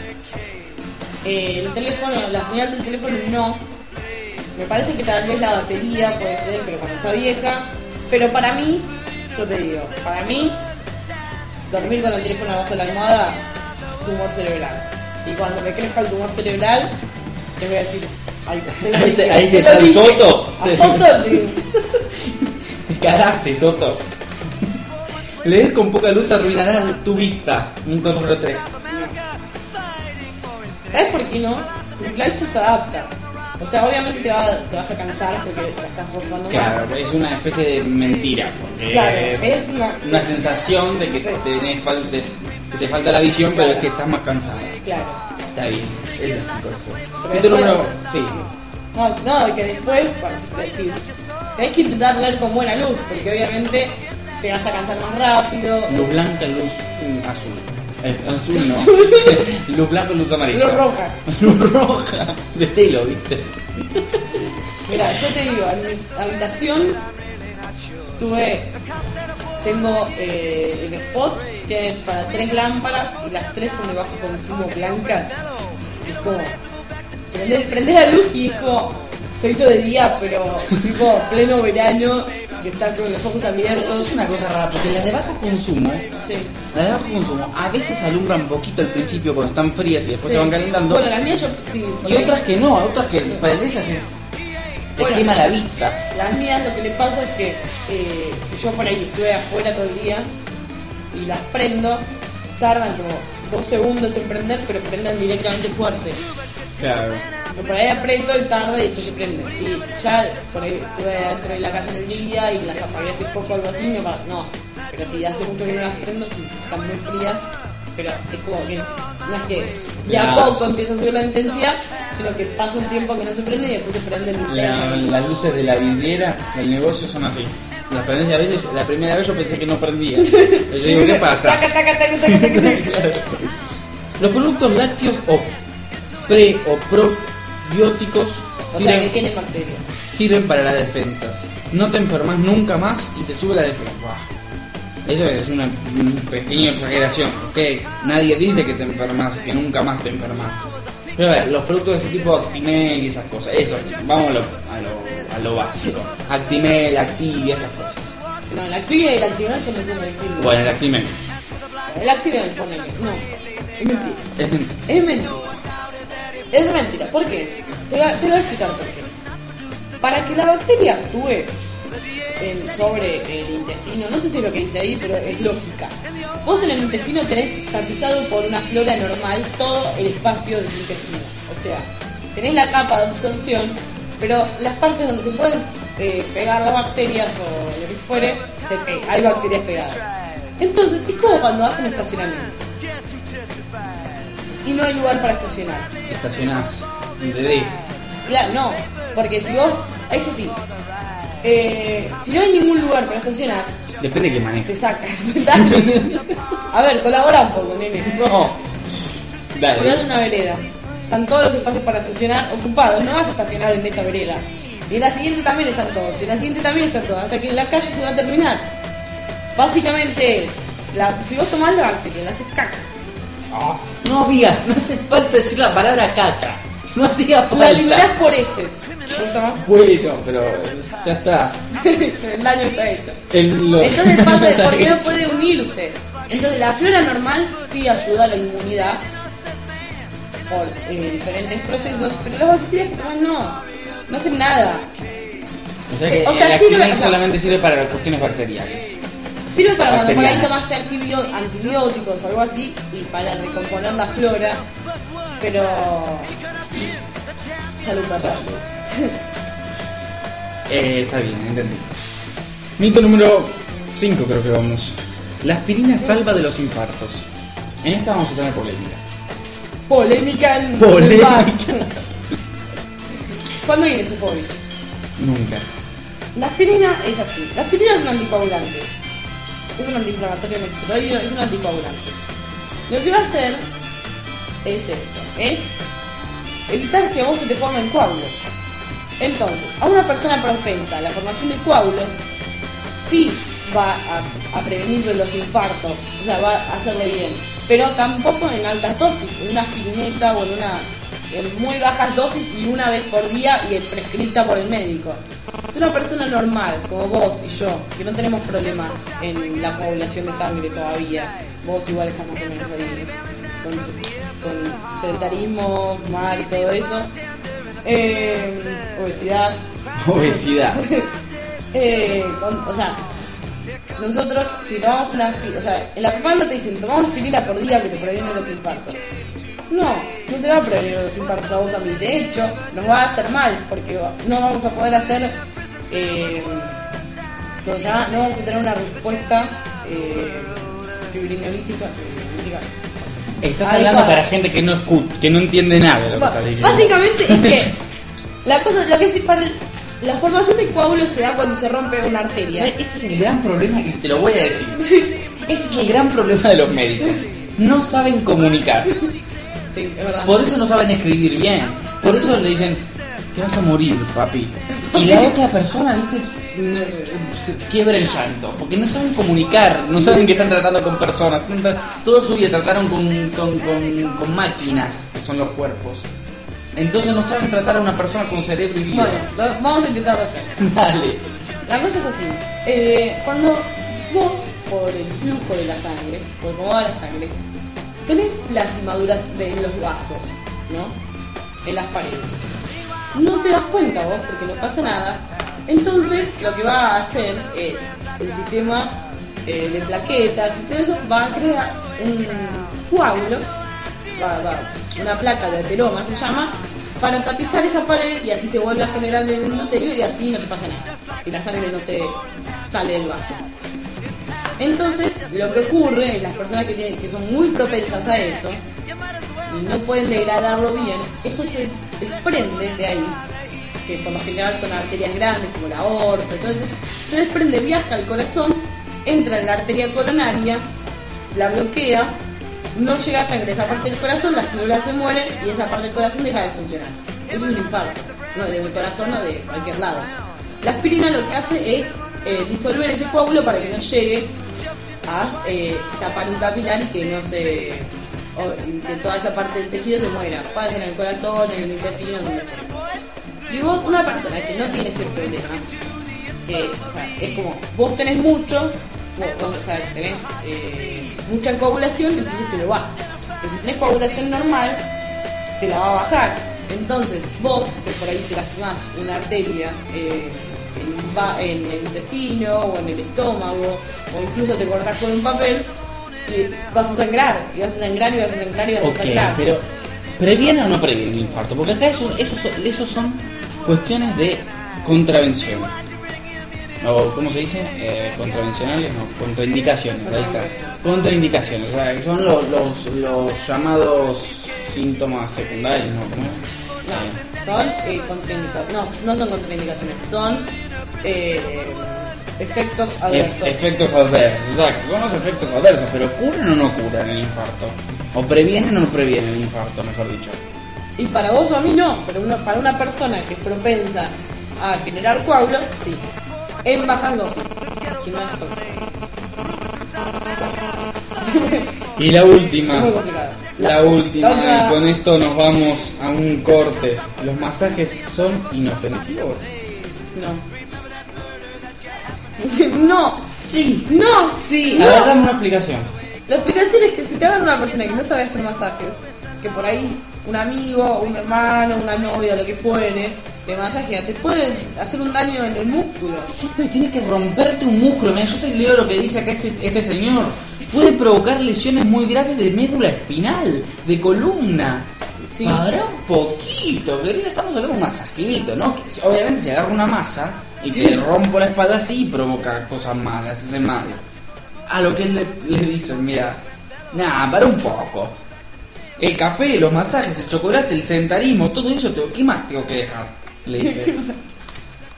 S1: Eh, el teléfono, la señal del teléfono no. Me parece que tal vez la batería puede ser, pero cuando está vieja. Pero para mí, yo te digo, para mí, dormir con el teléfono abajo de la almohada, tumor cerebral. Y cuando me crezca el tumor cerebral, les voy a decir, ahí te,
S2: Ahí te- ahí te
S1: lo
S2: está el
S1: dije.
S2: Soto.
S1: A Soto, te-
S2: Me Cagaste, Soto. Leer con poca luz arruinará tu vista. Mito número 3.
S1: ¿Sabes por qué no? Porque la vista se adapta. O sea, obviamente te, va- te vas a cansar porque la estás forzando más.
S2: Claro, es una especie de mentira. Porque
S1: Claro,
S2: eh,
S1: es una.
S2: una sensación de que,
S1: Sí.
S2: tenés fal- de- que te falta la visión, pero es que estás más cansada.
S1: Claro.
S2: Está bien. Es lógico eso.
S1: Pero
S2: Mito
S1: después-
S2: número. Sí.
S1: No, no, que después, bueno, si- si- tenés que intentar leer con buena luz, porque obviamente te vas a cansar más rápido.
S2: Luz blanca, luz mm, azul. Eh, azul no. luz blanca, luz amarilla.
S1: Luz roja.
S2: luz roja. De estilo, viste.
S1: Mira, yo te digo, en mi habitación tuve. Tengo eh, el spot que es para tres lámparas y las tres son de bajo consumo blancas. Y es como. Prendés, prendés la luz y es como. Se hizo de día, pero tipo pleno verano, que está con los ojos
S2: Eso es
S1: abiertos.
S2: una cosa rara, porque las de bajo consumo
S1: Sí.
S2: Las de bajo consumo a veces alumbran poquito al principio cuando están frías y después se van
S1: Sí.
S2: calentando.
S1: Bueno, las mías yo sí.
S2: y otras que no, otras que prendés y así. Te
S1: Bueno.
S2: quema la vista.
S1: Las mías lo que le pasa es que eh, si yo por ahí estuve afuera todo el día y las prendo, tardan como dos segundos en prender, pero prenden directamente fuerte.
S2: Claro.
S1: Pero por ahí aprieto y tarda y después se prende. Si ya por ahí estuve dentro de la casa en el día y las apagué hace poco o algo así, no, pa- no. Pero si hace mucho que no las prendo, si están muy frías, pero es como que no es que ya
S2: Las-
S1: poco empieza a subir la intensidad, sino que pasa un tiempo que no se prende y después se prende el
S2: las luces de la vidriera del negocio son así. Las prendés y a veces, la primera vez yo pensé que no prendía. Y Yo digo, ¿qué pasa?
S1: Taca, taca, taca, taca, taca, taca.
S2: Los productos lácteos o pre o probióticos
S1: O sea,
S2: sirven,
S1: que tiene bacterias.
S2: sirven para las defensas. No te enfermas nunca más y te sube la defensa. Buah. Eso es una mm, pequeña exageración, ¿ok? Nadie dice que te enfermas, que nunca más te enfermas. Pero a ver, los productos de ese tipo, Actimel y esas cosas, eso, vamos a lo, a lo, a lo básico. Actimel, Activia, esas cosas.
S1: No, la actividad y la actividad yo no pongo el actividad.
S2: Bueno, el Actimel.
S1: La actividad no pone No, es mentira.
S2: Es mentira.
S1: Es mentira. Es mentira. ¿Por qué? Te, voy a- te voy a explicar por qué. Para que la bacteria actúe, en- sobre el intestino, no sé si es lo que dice ahí, pero es lógica. Vos en el intestino tenés tapizado por una flora normal todo el espacio del intestino. O sea, tenés la capa de absorción, pero las partes donde se pueden eh, pegar las bacterias o lo que fuere, se pe- hay bacterias pegadas. Entonces, es como cuando vas a un estacionamiento y no hay lugar para estacionar.
S2: Estacionás. Y te de-
S1: Claro, no, porque si vos, eso sí, eh, si no hay ningún lugar para estacionar,
S2: Depende de qué
S1: te
S2: manejes.
S1: sacas. Dale. A ver, colabora un poco, nene.
S2: No.
S1: Si vas a
S2: Dale.
S1: una vereda, están todos los espacios para estacionar ocupados, no vas a estacionar en esa vereda. Y en la siguiente también están todos, y en la siguiente también están todos, hasta que en la calle se va a terminar. Básicamente, la- si vos tomás la bacteria, la haces caca.
S6: No había, no hace falta decir la palabra caca. No hacía
S1: La liberás
S6: falta.
S1: por heces. ¿Vos tomás?
S2: Bueno, pero ya está.
S1: El daño está hecho.
S2: El- lo-
S1: Entonces pasa de
S2: está
S1: porque no
S2: hecho.
S1: puede unirse. Entonces la flora normal sí ayuda a la inmunidad por eh, diferentes procesos, pero las bacterias que toman no, no hacen nada.
S2: O sea que
S1: O sea,
S2: el
S1: sirve-
S2: actinol
S1: o sea-
S2: solamente sirve para las cuestiones bacteriales.
S1: Sirve para cuando por ahí
S2: Bacterianas.
S1: tomaste antibio- antibióticos o algo así y para recomponer la flora, pero... Salud papá.
S2: Eh, está bien, entendí. Mito número 5 creo que vamos. La aspirina salva de los infartos. En esta vamos a tener polémica.
S1: Polémica en
S2: Polémica.
S1: ¿Cuándo viene ese COVID?
S2: Nunca.
S1: La aspirina es así. La aspirina es un anticoagulante. Es un antiinflamatorio nexteroideo, es un anticoagulante. Lo que va a hacer es esto. Es evitar que a vos se te formen coágulos. Entonces, a una persona propensa a la formación de coágulos, sí va a, a prevenir los infartos. O sea, va a hacerle bien. Pero tampoco en altas dosis, en una aspirineta o en una en muy bajas dosis y una vez por día y es prescrita por el médico. Es una persona normal, como vos y yo, que no tenemos problemas en la población de sangre todavía. Vos igual estás más o menos ahí, ¿eh? con, tu- con sedentarismo, mal y todo eso. Eh, obesidad.
S2: Obesidad.
S1: Eh, con- o sea, nosotros si tomamos una aspirina, o sea, en la propaganda te dicen, tomamos aspirina por día que te previene los infartos. No, no te va a prevenir los infartos a vos a mí. De hecho, nos va a hacer mal porque no vamos a poder hacer, eh, ¿cómo se llama? no vamos a tener una respuesta eh, fibrinolítica. fibrinolítica.
S2: Estás
S1: Ahí
S2: hablando
S1: va.
S2: para gente que no escu- que no entiende nada de lo que
S1: Ba-
S2: estás diciendo.
S1: Básicamente es que la cosa, lo que es para el- la formación de coágulos se da cuando se rompe una arteria.
S2: ¿Sabes? Ese es el gran problema y te lo voy a decir. Ese es el gran problema de los médicos. No saben comunicar.
S1: Sí, es verdad.
S2: Por eso no saben escribir bien. Por eso le dicen, te vas a morir, papi. Y la otra persona, viste, es- n- se quiebra el llanto. Porque no saben comunicar, no saben que están tratando con personas. Están tra- Toda su vida trataron con, con- con- con máquinas, que son los cuerpos. Entonces no saben tratar a una persona con cerebro y vida.
S1: Bueno, lo- vamos a intentarlo hacer.
S2: Dale.
S1: La cosa es así. eh, cuando vos, por el flujo de la sangre, por cómo va la sangre, tenés las limaduras de los vasos, ¿no? En las paredes. No te das cuenta vos porque no pasa nada. Entonces lo que va a hacer es el sistema eh, de plaquetas y todo eso va a crear un coágulo, va- va- una placa de ateroma se llama, para tapizar esa pared y así se vuelve a generar el interior y así no te pasa nada. Y la sangre no se sale del vaso. Entonces, lo que ocurre es las personas que, tienen, que son muy propensas a eso y no pueden degradarlo bien, eso se desprende de ahí, que por lo general son arterias grandes como la aorta, todo eso, se desprende, viaja al corazón, entra en la arteria coronaria, la bloquea, no llega sangre a esa parte del corazón, las células se mueren y esa parte del corazón deja de funcionar. Eso es un infarto, no del corazón, no de cualquier lado. La aspirina lo que hace es eh, disolver ese coágulo para que no llegue a eh, tapar un capilar y que no se. o- y que toda esa parte del tejido se muera. Pasa en el corazón, en el intestino, donde fuera. Si vos, una persona que no tiene este problema, eh, o sea, es como vos tenés mucho, vos- vos, o sea, tenés eh, mucha coagulación, entonces te lo baja. Pero si tenés coagulación normal, te la va a bajar. Entonces, vos, que por ahí te lastimás una arteria, eh, en, va- en el intestino o en el estómago, o incluso te cortás con un papel, y vas a sangrar, y vas a sangrar, y vas a sangrar, y vas
S2: Ok,
S1: a sangrar.
S2: pero ¿previene o no previene el infarto? Porque acá esos, esos, son- esos son cuestiones de contravención. O, ¿Cómo se dice? Eh, contravencionales, no, contraindicaciones, ahí está. Contraindicaciones, o sea, que son los, los, los llamados síntomas secundarios, ¿no? ¿Cómo es? Eh,
S1: No, son eh, contraindicaciones. No, no son contraindicaciones, son eh, efectos adversos.
S2: Eh, Ef- efectos adversos, exacto. Son los efectos adversos, pero ¿curan o no curan el infarto? ¿O previenen o no previenen el infarto, mejor dicho?
S1: y para vos o a mí no, pero uno- para una persona que es propensa a generar coágulos, sí. En bajas dosis. Si no es tóxico.
S2: Y la última,
S1: Muy complicado.
S2: la última,
S1: la última.
S2: y con esto nos vamos a un corte. Los masajes son inofensivos.
S1: No. No, sí, no, sí.
S2: A ver,
S1: No.
S2: dame una explicación.
S1: La explicación es que si te agarra una persona que no sabe hacer masajes, que por ahí un amigo, un hermano, una novia, lo que fuere, te masajea, te puede hacer un daño en el músculo.
S6: Sí, pero tienes que romperte un músculo. Mira, yo te leo lo que dice acá este, este señor. Puede provocar lesiones muy graves de médula espinal, de columna.
S1: Sí.
S6: Pará.
S2: Un poquito, querido, estamos hablando de un masajito, ¿no? Que si- obviamente se agarra una masa y te rompo la espalda así y provoca cosas malas, hace mal. A lo que él le, le dice, mira, nah, para un poco. El café, los masajes, el chocolate, el sentarismo, todo eso, te- ¿qué más tengo que dejar? Le dice.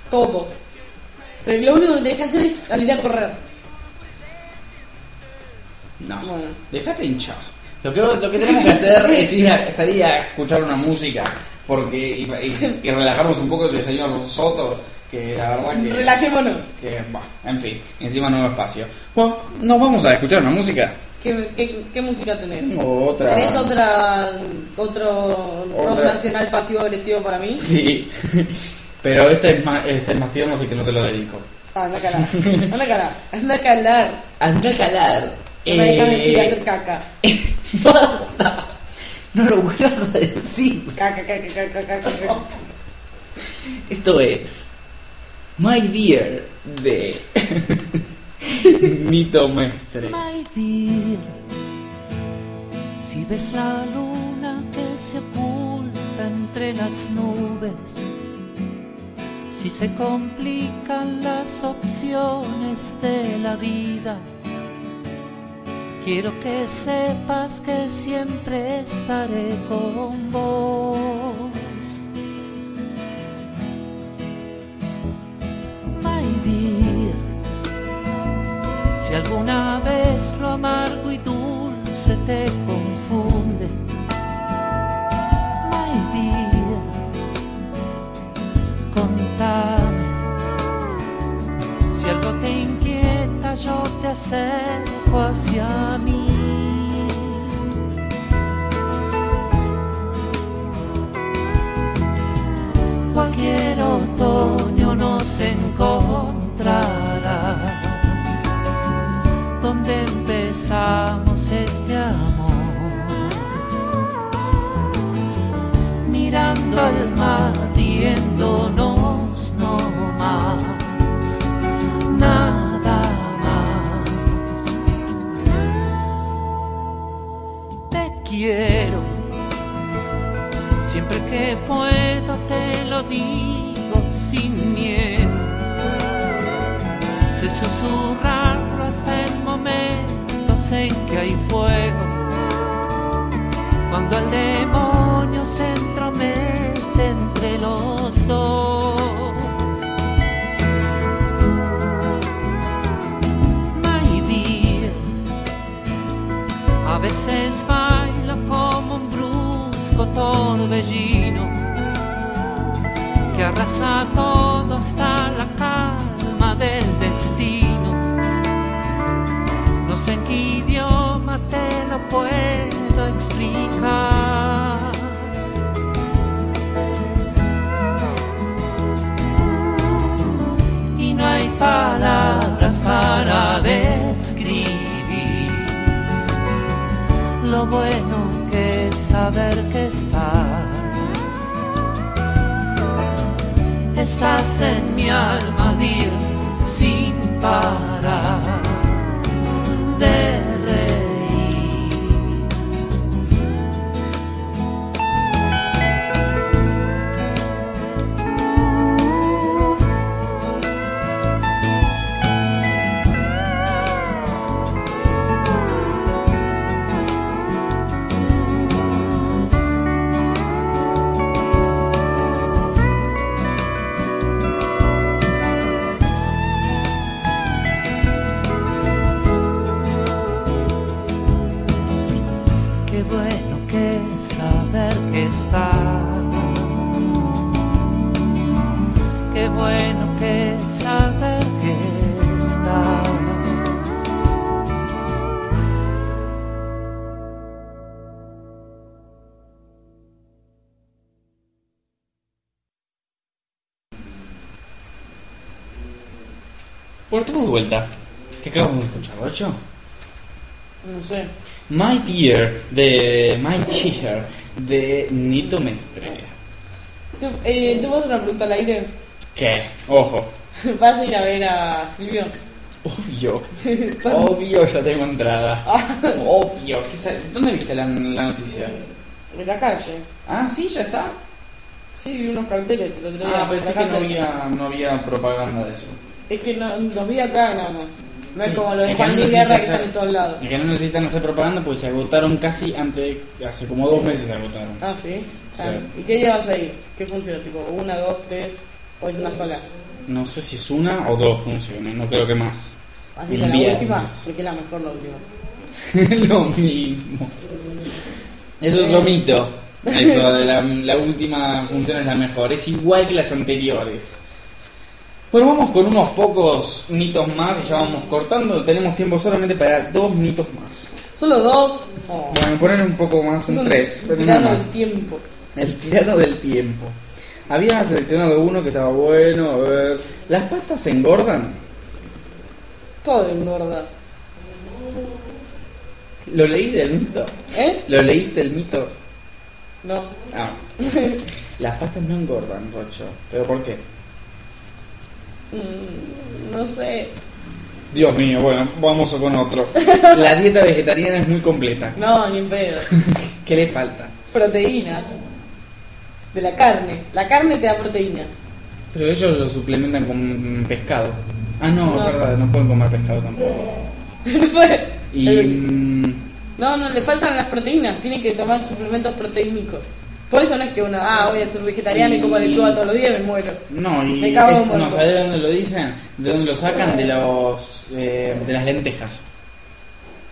S1: Todo. Entonces, lo único que tenés que hacer es salir a correr.
S2: No,
S1: Bueno.
S2: dejate hinchar. Lo que, lo que tenemos que hacer es ir a, salir a escuchar una música porque y, y- y relajarnos un poco del señor Soto, que la verdad que...
S1: Relajémonos.
S2: que, bah, en fin, encima nuevo espacio. Bueno, nos vamos a escuchar una música.
S1: ¿Qué, qué, qué música tenés?
S2: O otra.
S1: ¿Tenés otra, otro rock
S2: Otra.
S1: nacional pasivo-agresivo para mí?
S2: Sí. Pero este es más, este es más tierno, así que no te lo dedico.
S1: Ah, anda a calar. Anda a calar. Anda a calar.
S6: Anda a calar.
S1: No me dejas decir
S2: Eh.
S1: hacer caca.
S6: Basta. No lo vuelvas a decir.
S1: Caca, caca, caca, caca, caca.
S6: Esto es.
S2: My dear de Nito Mestre.
S7: My dear, si ves la luna que se oculta entre las nubes, si se complican las opciones de la vida, quiero que sepas que siempre estaré con vos. My dear, si alguna vez lo amargo y dulce te confunde, my dear, contame. Si algo te inquieta, yo te acerco hacia mí. Cualquier otoño nos encontrará donde empezamos este amor. Mirando al mar, riéndonos no más, nada más. Te quiero, siempre que puedo te lo digo sin miedo sé susurrarlo hasta en momentos en que hay fuego. Cuando el demonio se entromete entre los dos. My dear, a veces bailo como un brusco torbellino que arrasa todo hasta la calma del destino. No sé en qué idioma te lo puedo explicar. Y no hay palabras para describir lo bueno que es saber que estás. deshacen mi alma día sin parar de reír. Qué bueno que es saber que estás. Qué bueno que es saber que estás.
S2: Bueno, estamos de vuelta. ¿Qué acabamos de escuchar, Rocho?
S1: No sé.
S2: My Dear, de My Cheer, de Nito Mestre.
S1: ¿Tú, eh, ¿Tú vas a hacer una pregunta al aire?
S2: ¿Qué? Ojo.
S1: ¿Vas a ir a ver a Silvio?
S2: Obvio. Obvio, ya tengo entrada. Obvio. ¿Qué sa- ¿Dónde viste la, la noticia?
S1: En la calle.
S2: Ah, sí, ya está.
S1: Sí, vi unos carteles el otro día.
S2: Ah, pensé
S1: La
S2: que
S1: casa-
S2: no había, no había propaganda de eso.
S1: Es que no, los vi acá nada más. No es
S2: Sí.
S1: como los de
S2: Es que
S1: Juan
S2: no
S1: Luis
S2: necesitas
S1: Guerra que
S2: hacer-
S1: están en todos lados.
S2: Y que no necesitan hacer propaganda porque se agotaron casi antes, hace como dos meses se agotaron.
S1: Ah, sí. Ah,
S2: Sí.
S1: ¿Y qué llevas ahí? ¿Qué funciona? Tipo, una, dos, tres, o es una sola.
S2: No sé si es una o dos funciones, no creo que más.
S1: Así
S2: Un
S1: que la
S2: viernes.
S1: última, porque es la mejor la última.
S2: Lo mismo. Es otro mito. Eso de la, la última función es la mejor. Es igual que las anteriores. Bueno, vamos con unos pocos mitos más y ya vamos cortando. Tenemos tiempo solamente para dos mitos más.
S1: Solo dos. Oh.
S2: Bueno, poner un poco más, son
S1: Son
S2: tres. Pero nada
S1: tirando
S2: más.
S1: el tiempo.
S2: El tirano del tiempo. Había seleccionado uno que estaba bueno. A ver. ¿Las pastas se engordan?
S1: Todo engorda.
S2: ¿Lo leí del mito?
S1: ¿Eh?
S2: ¿Lo leíste el mito?
S1: No.
S2: Ah. Las pastas no engordan, Rocho. ¿Pero por qué?
S1: Mm, no sé.
S2: Dios mío, bueno, vamos con otro. La dieta vegetariana es muy completa.
S1: No, ni en pedo.
S2: ¿Qué le falta?
S1: proteínas. De la carne. La carne te da proteínas.
S2: Pero ellos lo suplementan con pescado. Ah, no,
S1: No.
S2: es verdad, no pueden comer pescado tampoco. Y. mm,
S1: Eh, No, no, le faltan las proteínas. Tiene que tomar suplementos proteínicos. Por eso no es que uno, ah, voy a ser vegetariano y como lechuga todos los días y me muero.
S2: No, y
S1: Me cago
S2: es-
S1: en
S2: no
S1: muerto.
S2: sabés de dónde lo dicen, de dónde lo sacan, de los eh, de las lentejas.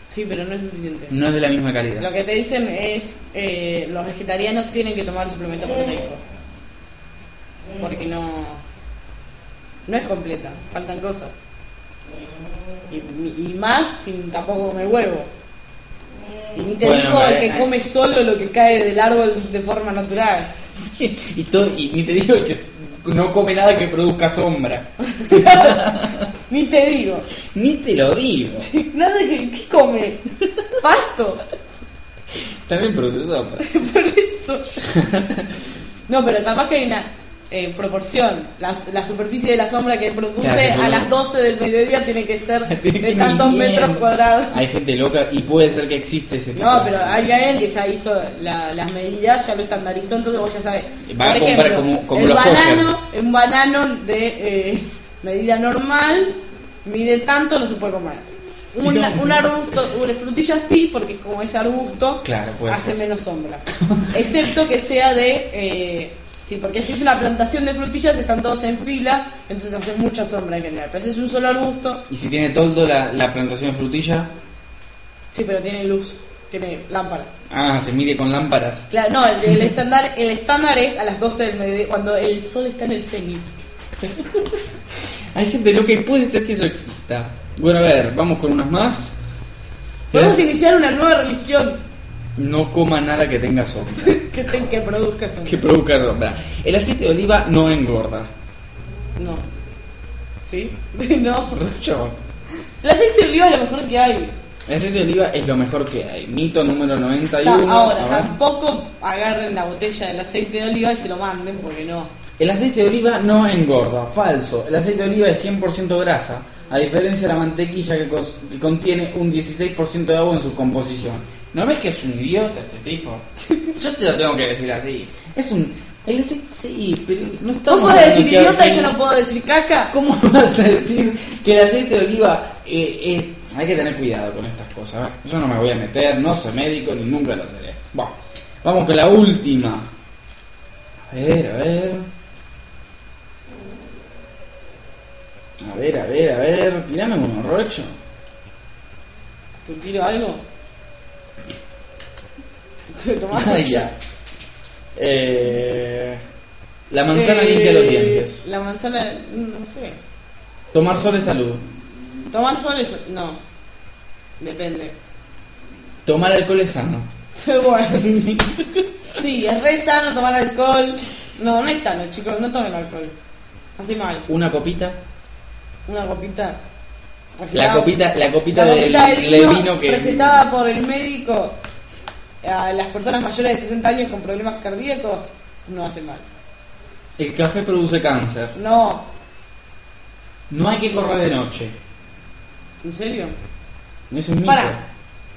S1: Sí, pero no es suficiente.
S2: No es de la misma
S1: Lo
S2: calidad.
S1: que te dicen es, eh, los vegetarianos tienen que tomar suplementos proteicos. Porque no... No es completa, faltan cosas. Y, y más sin tampoco comer huevo. Y ni te
S2: Bueno,
S1: digo el
S2: eh,
S1: que
S2: eh.
S1: come solo lo que cae del árbol de forma natural.
S2: y todo, y ni te digo que no come nada que produzca sombra.
S1: Ni te digo.
S2: Ni te lo digo.
S1: Nada que... ¿Qué come? Pasto.
S2: También produce sombra.
S1: Por eso. No, pero capaz que hay una eh, proporción. La, la superficie de la sombra que produce
S2: Claro, sí,
S1: a
S2: pero-
S1: las 12 del mediodía tiene que ser de
S2: Tiene
S1: tantos
S2: bien.
S1: metros cuadrados.
S2: Hay gente loca y puede ser que existe ese tipo.
S1: No, pero hay alguien que ya hizo la- las medidas, ya lo estandarizó, entonces vos ya sabes.
S2: Va a
S1: Por
S2: comprar
S1: ejemplo,
S2: como- como
S1: el
S2: los
S1: banano, un banano de eh, medida normal mide tanto, no se puede comer. Un,
S2: No.
S1: un arbusto, una frutilla sí, porque como es arbusto,
S2: Claro, puede
S1: hace
S2: ser.
S1: menos sombra. Excepto que sea de... eh, sí, porque si es una plantación de frutillas, están todos en fila, entonces hace mucha sombra en general. Pero si es un solo arbusto,
S2: Y si tiene toldo la, la plantación de frutilla,
S1: sí, pero tiene luz, tiene lámparas.
S2: ah, se mide con lámparas.
S1: Claro, no, el, el estándar, el estándar es a las 12 del mediodía, cuando el sol está en el cenit.
S2: Hay gente loca y puede ser que eso exista. Bueno, a ver, vamos con unas más.
S1: Podemos
S2: Las-
S1: iniciar una nueva religión
S2: No coma nada que tenga sombra.
S1: que, te- que produzca sombra.
S2: que produzca sombra. El aceite de oliva no engorda.
S1: No. ¿Sí? no.
S2: Rocho.
S1: El aceite de oliva es lo mejor que hay.
S2: El aceite de oliva es lo mejor que hay. Mito número
S1: Ta-
S2: 91.
S1: ahora,
S2: A ver.
S1: tampoco agarren la botella del aceite de oliva y se lo manden, porque no.
S2: El aceite de oliva no engorda, falso. El aceite de oliva es 100% grasa, a diferencia de la mantequilla que, cos- que contiene un 16% de agua en su composición. ¿No ves que es un idiota este tipo? Yo te lo tengo que decir así. Es un... el ace- Sí, pero no estamos...
S1: ¿Vos podés
S2: hablando
S1: decir
S2: que-
S1: idiota y yo no puedo decir caca?
S2: ¿Cómo vas a decir que el aceite de oliva eh, es.? Hay que tener cuidado con estas cosas. ¿eh? Yo no me voy a meter, no soy médico ni nunca lo seré. Bueno, vamos con la última. A ver, a ver. A ver, a ver, a ver. Tirame un rocho.
S1: ¿Te tiro algo? ¿Te tomás?
S2: Ay, ya. Eh, la manzana limpia los
S1: Eh,
S2: dientes.
S1: La manzana, no sé.
S2: Tomar sol es salud.
S1: Tomar sol es. No. Depende.
S2: Tomar alcohol es sano.
S1: Bueno. sí, es re sano tomar alcohol. No, no es sano, chicos, no tomen alcohol. Así mal.
S2: Una copita.
S1: Una copita.
S2: La
S1: recetada-
S2: copita, la copita,
S1: la
S2: del,
S1: copita de vino,
S2: del vino que.
S1: recetada por el médico a las personas mayores de 60 años con problemas cardíacos no hace mal.
S2: El café produce cáncer.
S1: No,
S2: No hay que correr de noche.
S1: ¿en serio?
S2: No es un mito.
S1: Para,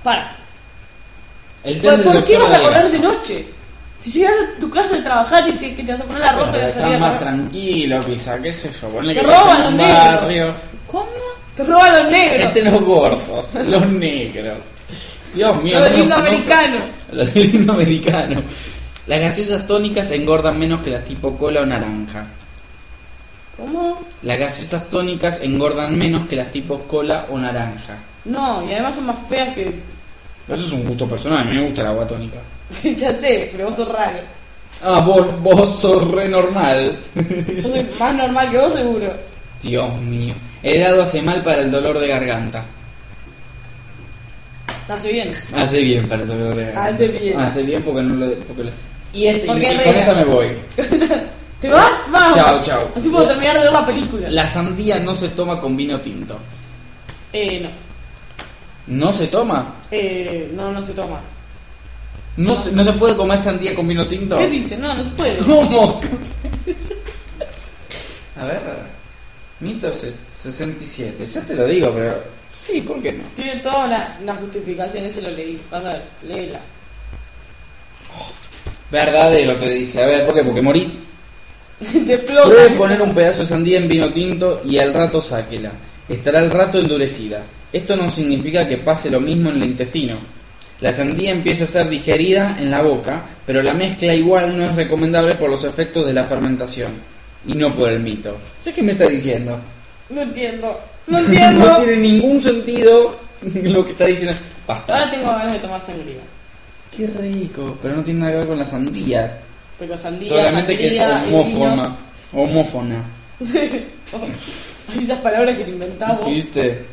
S1: para.
S2: El tren
S1: ¿Por,
S2: del
S1: Pues, por qué
S2: doctor
S1: vas a
S2: Adela.
S1: correr de noche? Si llegas a tu casa de trabajar y te, que te vas a poner la ropa y
S2: Pero
S1: vas a salir
S2: Estás
S1: a
S2: más
S1: correr.
S2: tranquilo, quizá, qué sé yo. Ponle
S1: Te
S2: que
S1: roban
S2: en un
S1: los negros.
S2: barrio.
S1: ¿Cómo? Te roban los negros.
S2: Este los gordos, los negros. Dios mío.
S1: Lo del
S2: no
S1: himno
S2: sé, no sé.
S1: americano.
S2: Lo del himno americano. Las gaseosas tónicas engordan menos que las tipo cola o naranja.
S1: ¿Cómo?
S2: Las gaseosas tónicas engordan menos que las tipo cola o naranja.
S1: No, y además son más feas que.
S2: Pero eso es un gusto personal, a mí me gusta el agua tónica.
S1: ya sé, pero vos sos raro.
S2: Ah, vos, vos sos re normal.
S1: Yo soy más normal que vos, seguro.
S2: Dios mío. El helado hace mal para el dolor de garganta.
S1: Nace bien.
S2: Hace bien para el dolor de garganta.
S1: Hace bien.
S2: Hace bien porque no lo. Porque lo-
S1: Y este,
S2: y con esta me voy.
S1: ¿Te vas? Vamos.
S2: Chao, chao.
S1: Así puedo terminar de ver la película.
S2: La sandía no se toma con vino tinto.
S1: Eh, no.
S2: ¿No se toma?
S1: Eh, no, no se toma.
S2: ¿No se, no se puede comer sandía con vino tinto?
S1: ¿Qué dice? No, no se puede.
S2: ¿Cómo? A ver. Mito se- 67. Ya te lo digo, pero. Sí, ¿por qué no?
S1: Tiene todas las las justificaciones, se lo leí. Vas a ver, léela.
S2: Verdadero te dice. A ver, ¿por qué? Porque morís.
S1: Te
S2: Puedes
S1: explota.
S2: poner un pedazo de sandía en vino tinto y al rato sáquela. Estará al rato endurecida. Esto no significa que pase lo mismo en el intestino. La sandía empieza a ser digerida en la boca, pero la mezcla igual no es recomendable por los efectos de la fermentación y no por el mito. ¿Sé qué me está diciendo?
S1: No entiendo. No
S2: No
S1: entiendo.
S2: tiene ningún sentido lo que está diciendo.
S1: Ahora
S2: Basta.
S1: tengo ganas de tomar sangría.
S2: Qué rico, pero no tiene nada que ver con la sandía.
S1: Pero sandía,
S2: Solamente que es
S1: sangría, y vino.
S2: homófona. Homófona.
S1: Hay Oh, esas palabras que te inventamos.
S2: ¿Viste?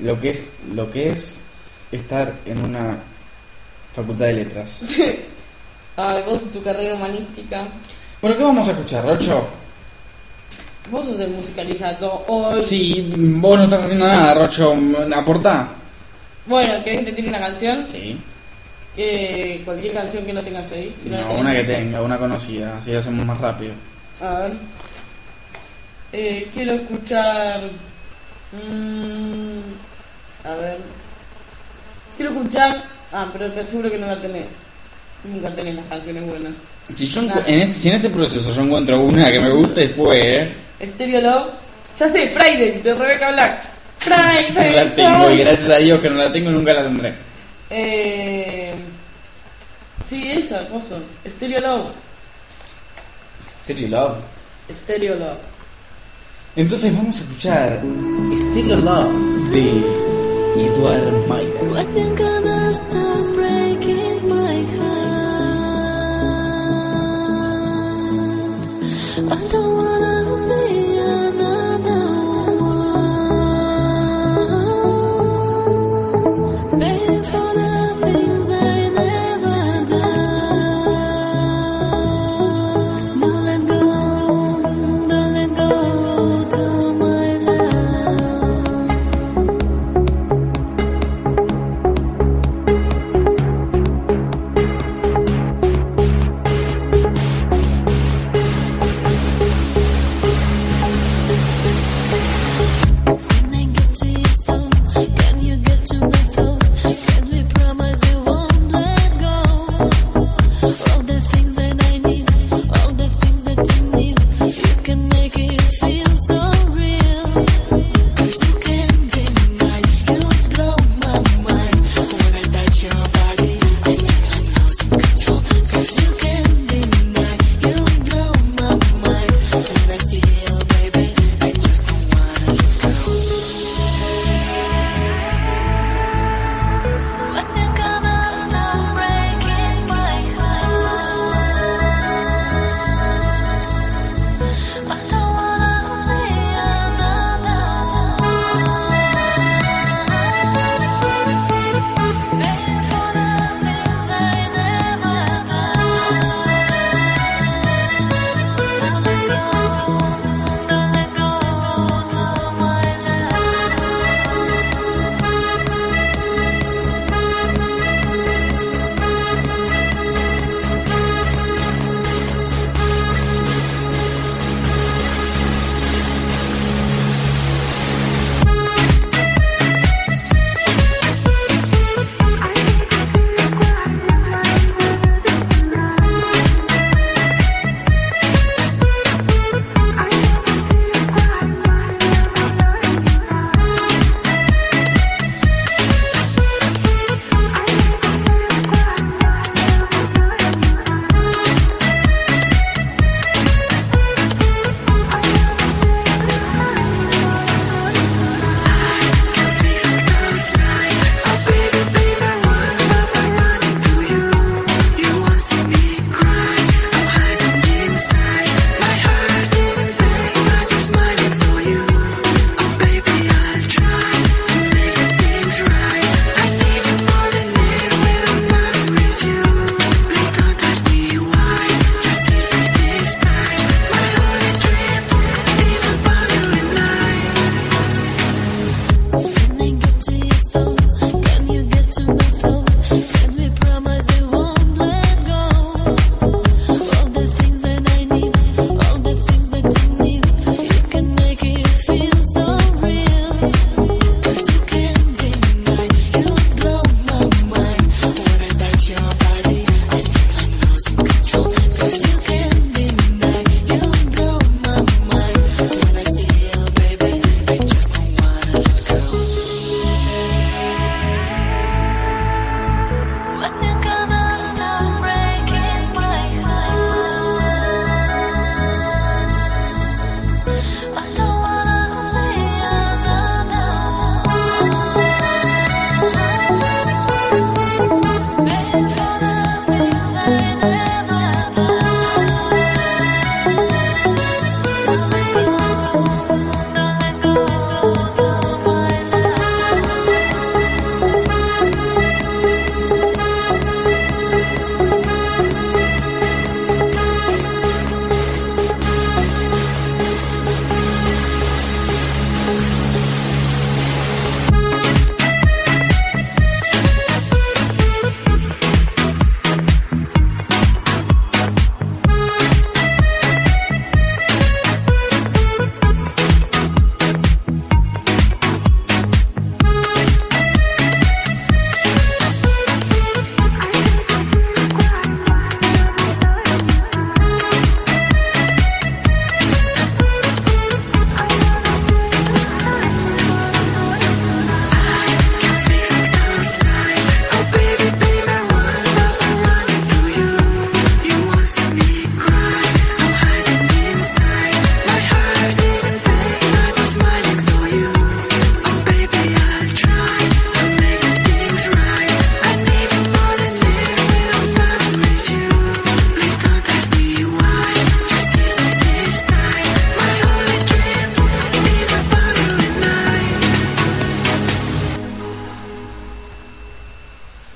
S2: Lo que es lo que es estar en una facultad de letras.
S1: Ay, vos y tu carrera humanística.
S2: Bueno, ¿qué vamos a escuchar, Rocho?
S1: Vos sos el musicalizador.
S2: Sí, vos no estás haciendo nada, Rocho, aportá.
S1: Bueno, ¿querés que te tire una canción?
S2: Sí.
S1: Eh, cualquier canción que no tengas ahí. Si no, la
S2: No,
S1: tenés.
S2: una que tenga, una conocida, así lo hacemos más rápido.
S1: A ver. Eh, quiero escuchar. mm, a ver. Quiero escuchar. Ah, pero te aseguro que no la tenés. Nunca tenés las canciones buenas.
S2: Si, yo encu- en este, si en este proceso yo encuentro una que me guste, fue, ¿eh?
S1: Stereo Love. Ya sé, Friday, de Rebecca Black. Friday.
S2: No la tengo y
S1: Friday.
S2: gracias a Dios que no la tengo nunca la tendré.
S1: Eh, sí, esa, coso. Stereo Love.
S2: Stereo Love.
S1: Stereo Love.
S2: Entonces vamos a escuchar Stereo Love de Eduard Mayer.
S8: Why can't I stop breaking my heart? I don't wanna be another one. Paying for the things I never done. Don't let go, don't let go to my love.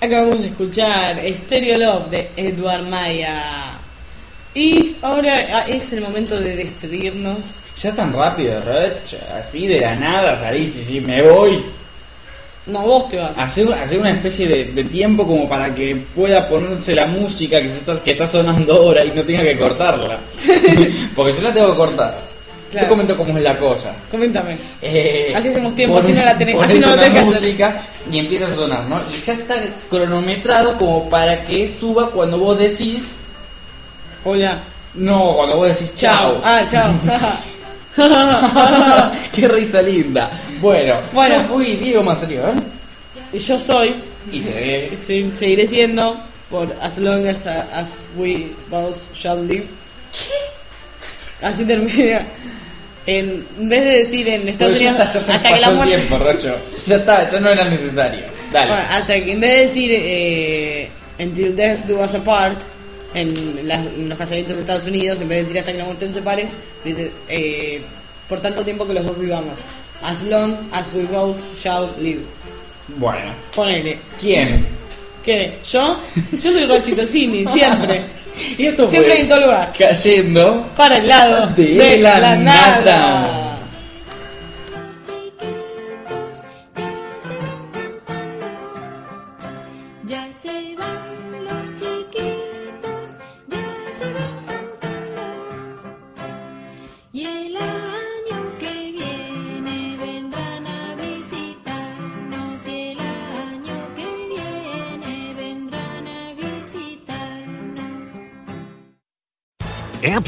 S1: Acabamos de escuchar Stereo Love de Edward Maya. Y ahora ah, es el momento de despedirnos.
S2: Ya tan rápido, Roch, así de la nada salís y sí, me voy.
S1: No, vos te vas.
S2: Hacer, hacer una especie de, de tiempo como para que pueda ponerse la música que, se está, que está sonando ahora y no tenga que cortarla. Porque yo la tengo que cortar.
S1: Claro.
S2: Te comento cómo es la cosa.
S1: Coméntame.
S2: Eh,
S1: Así hacemos tiempo,
S2: pon-
S1: así no la tenés-
S2: ponés
S1: así no lo
S2: una
S1: tenés que hacer.
S2: música y empieza a sonar, ¿no? Y ya está cronometrado como para que suba cuando vos decís,
S1: Hola.
S2: no, cuando vos decís chao.
S1: Ah, chao.
S2: Qué risa linda. Bueno,
S1: Bueno.
S2: yo fui Diego ¿eh? Mazarión
S1: Y Yo soy,
S2: y se ve.
S1: se- seguiré siendo, por as long as, uh, as we both shall live. Así termina. En, en vez de decir en Estados
S2: Pero Pues
S1: Unidos,
S2: ya está, ya se
S1: hasta que la
S2: pasó el
S1: muerte.
S2: tiempo, Rocho. Ya está, ya no era necesario. Dale.
S1: Bueno, hasta que en vez de decir eh, Until Death Do Us Apart en, las- en los casamientos de Estados Unidos, en vez de decir hasta que la muerte nos separe, dice eh, por tanto tiempo que los dos vivamos. As long as we both shall live.
S2: Bueno,
S1: Ponele.
S2: ¿quién?
S1: ¿Qué? ¿Yo? Yo soy Rochi Tocini, siempre.
S2: Y esto fue
S1: Siempre en todo lugar.
S2: Cayendo.
S1: Para el lado
S2: De
S1: de,
S2: la
S1: la,
S2: nada.
S1: nada.
S8: Ya se van los chiquitos, ya se van todos. Y el año que viene vendrán a visitarnos. Y el año que viene vendrán a visitarnos.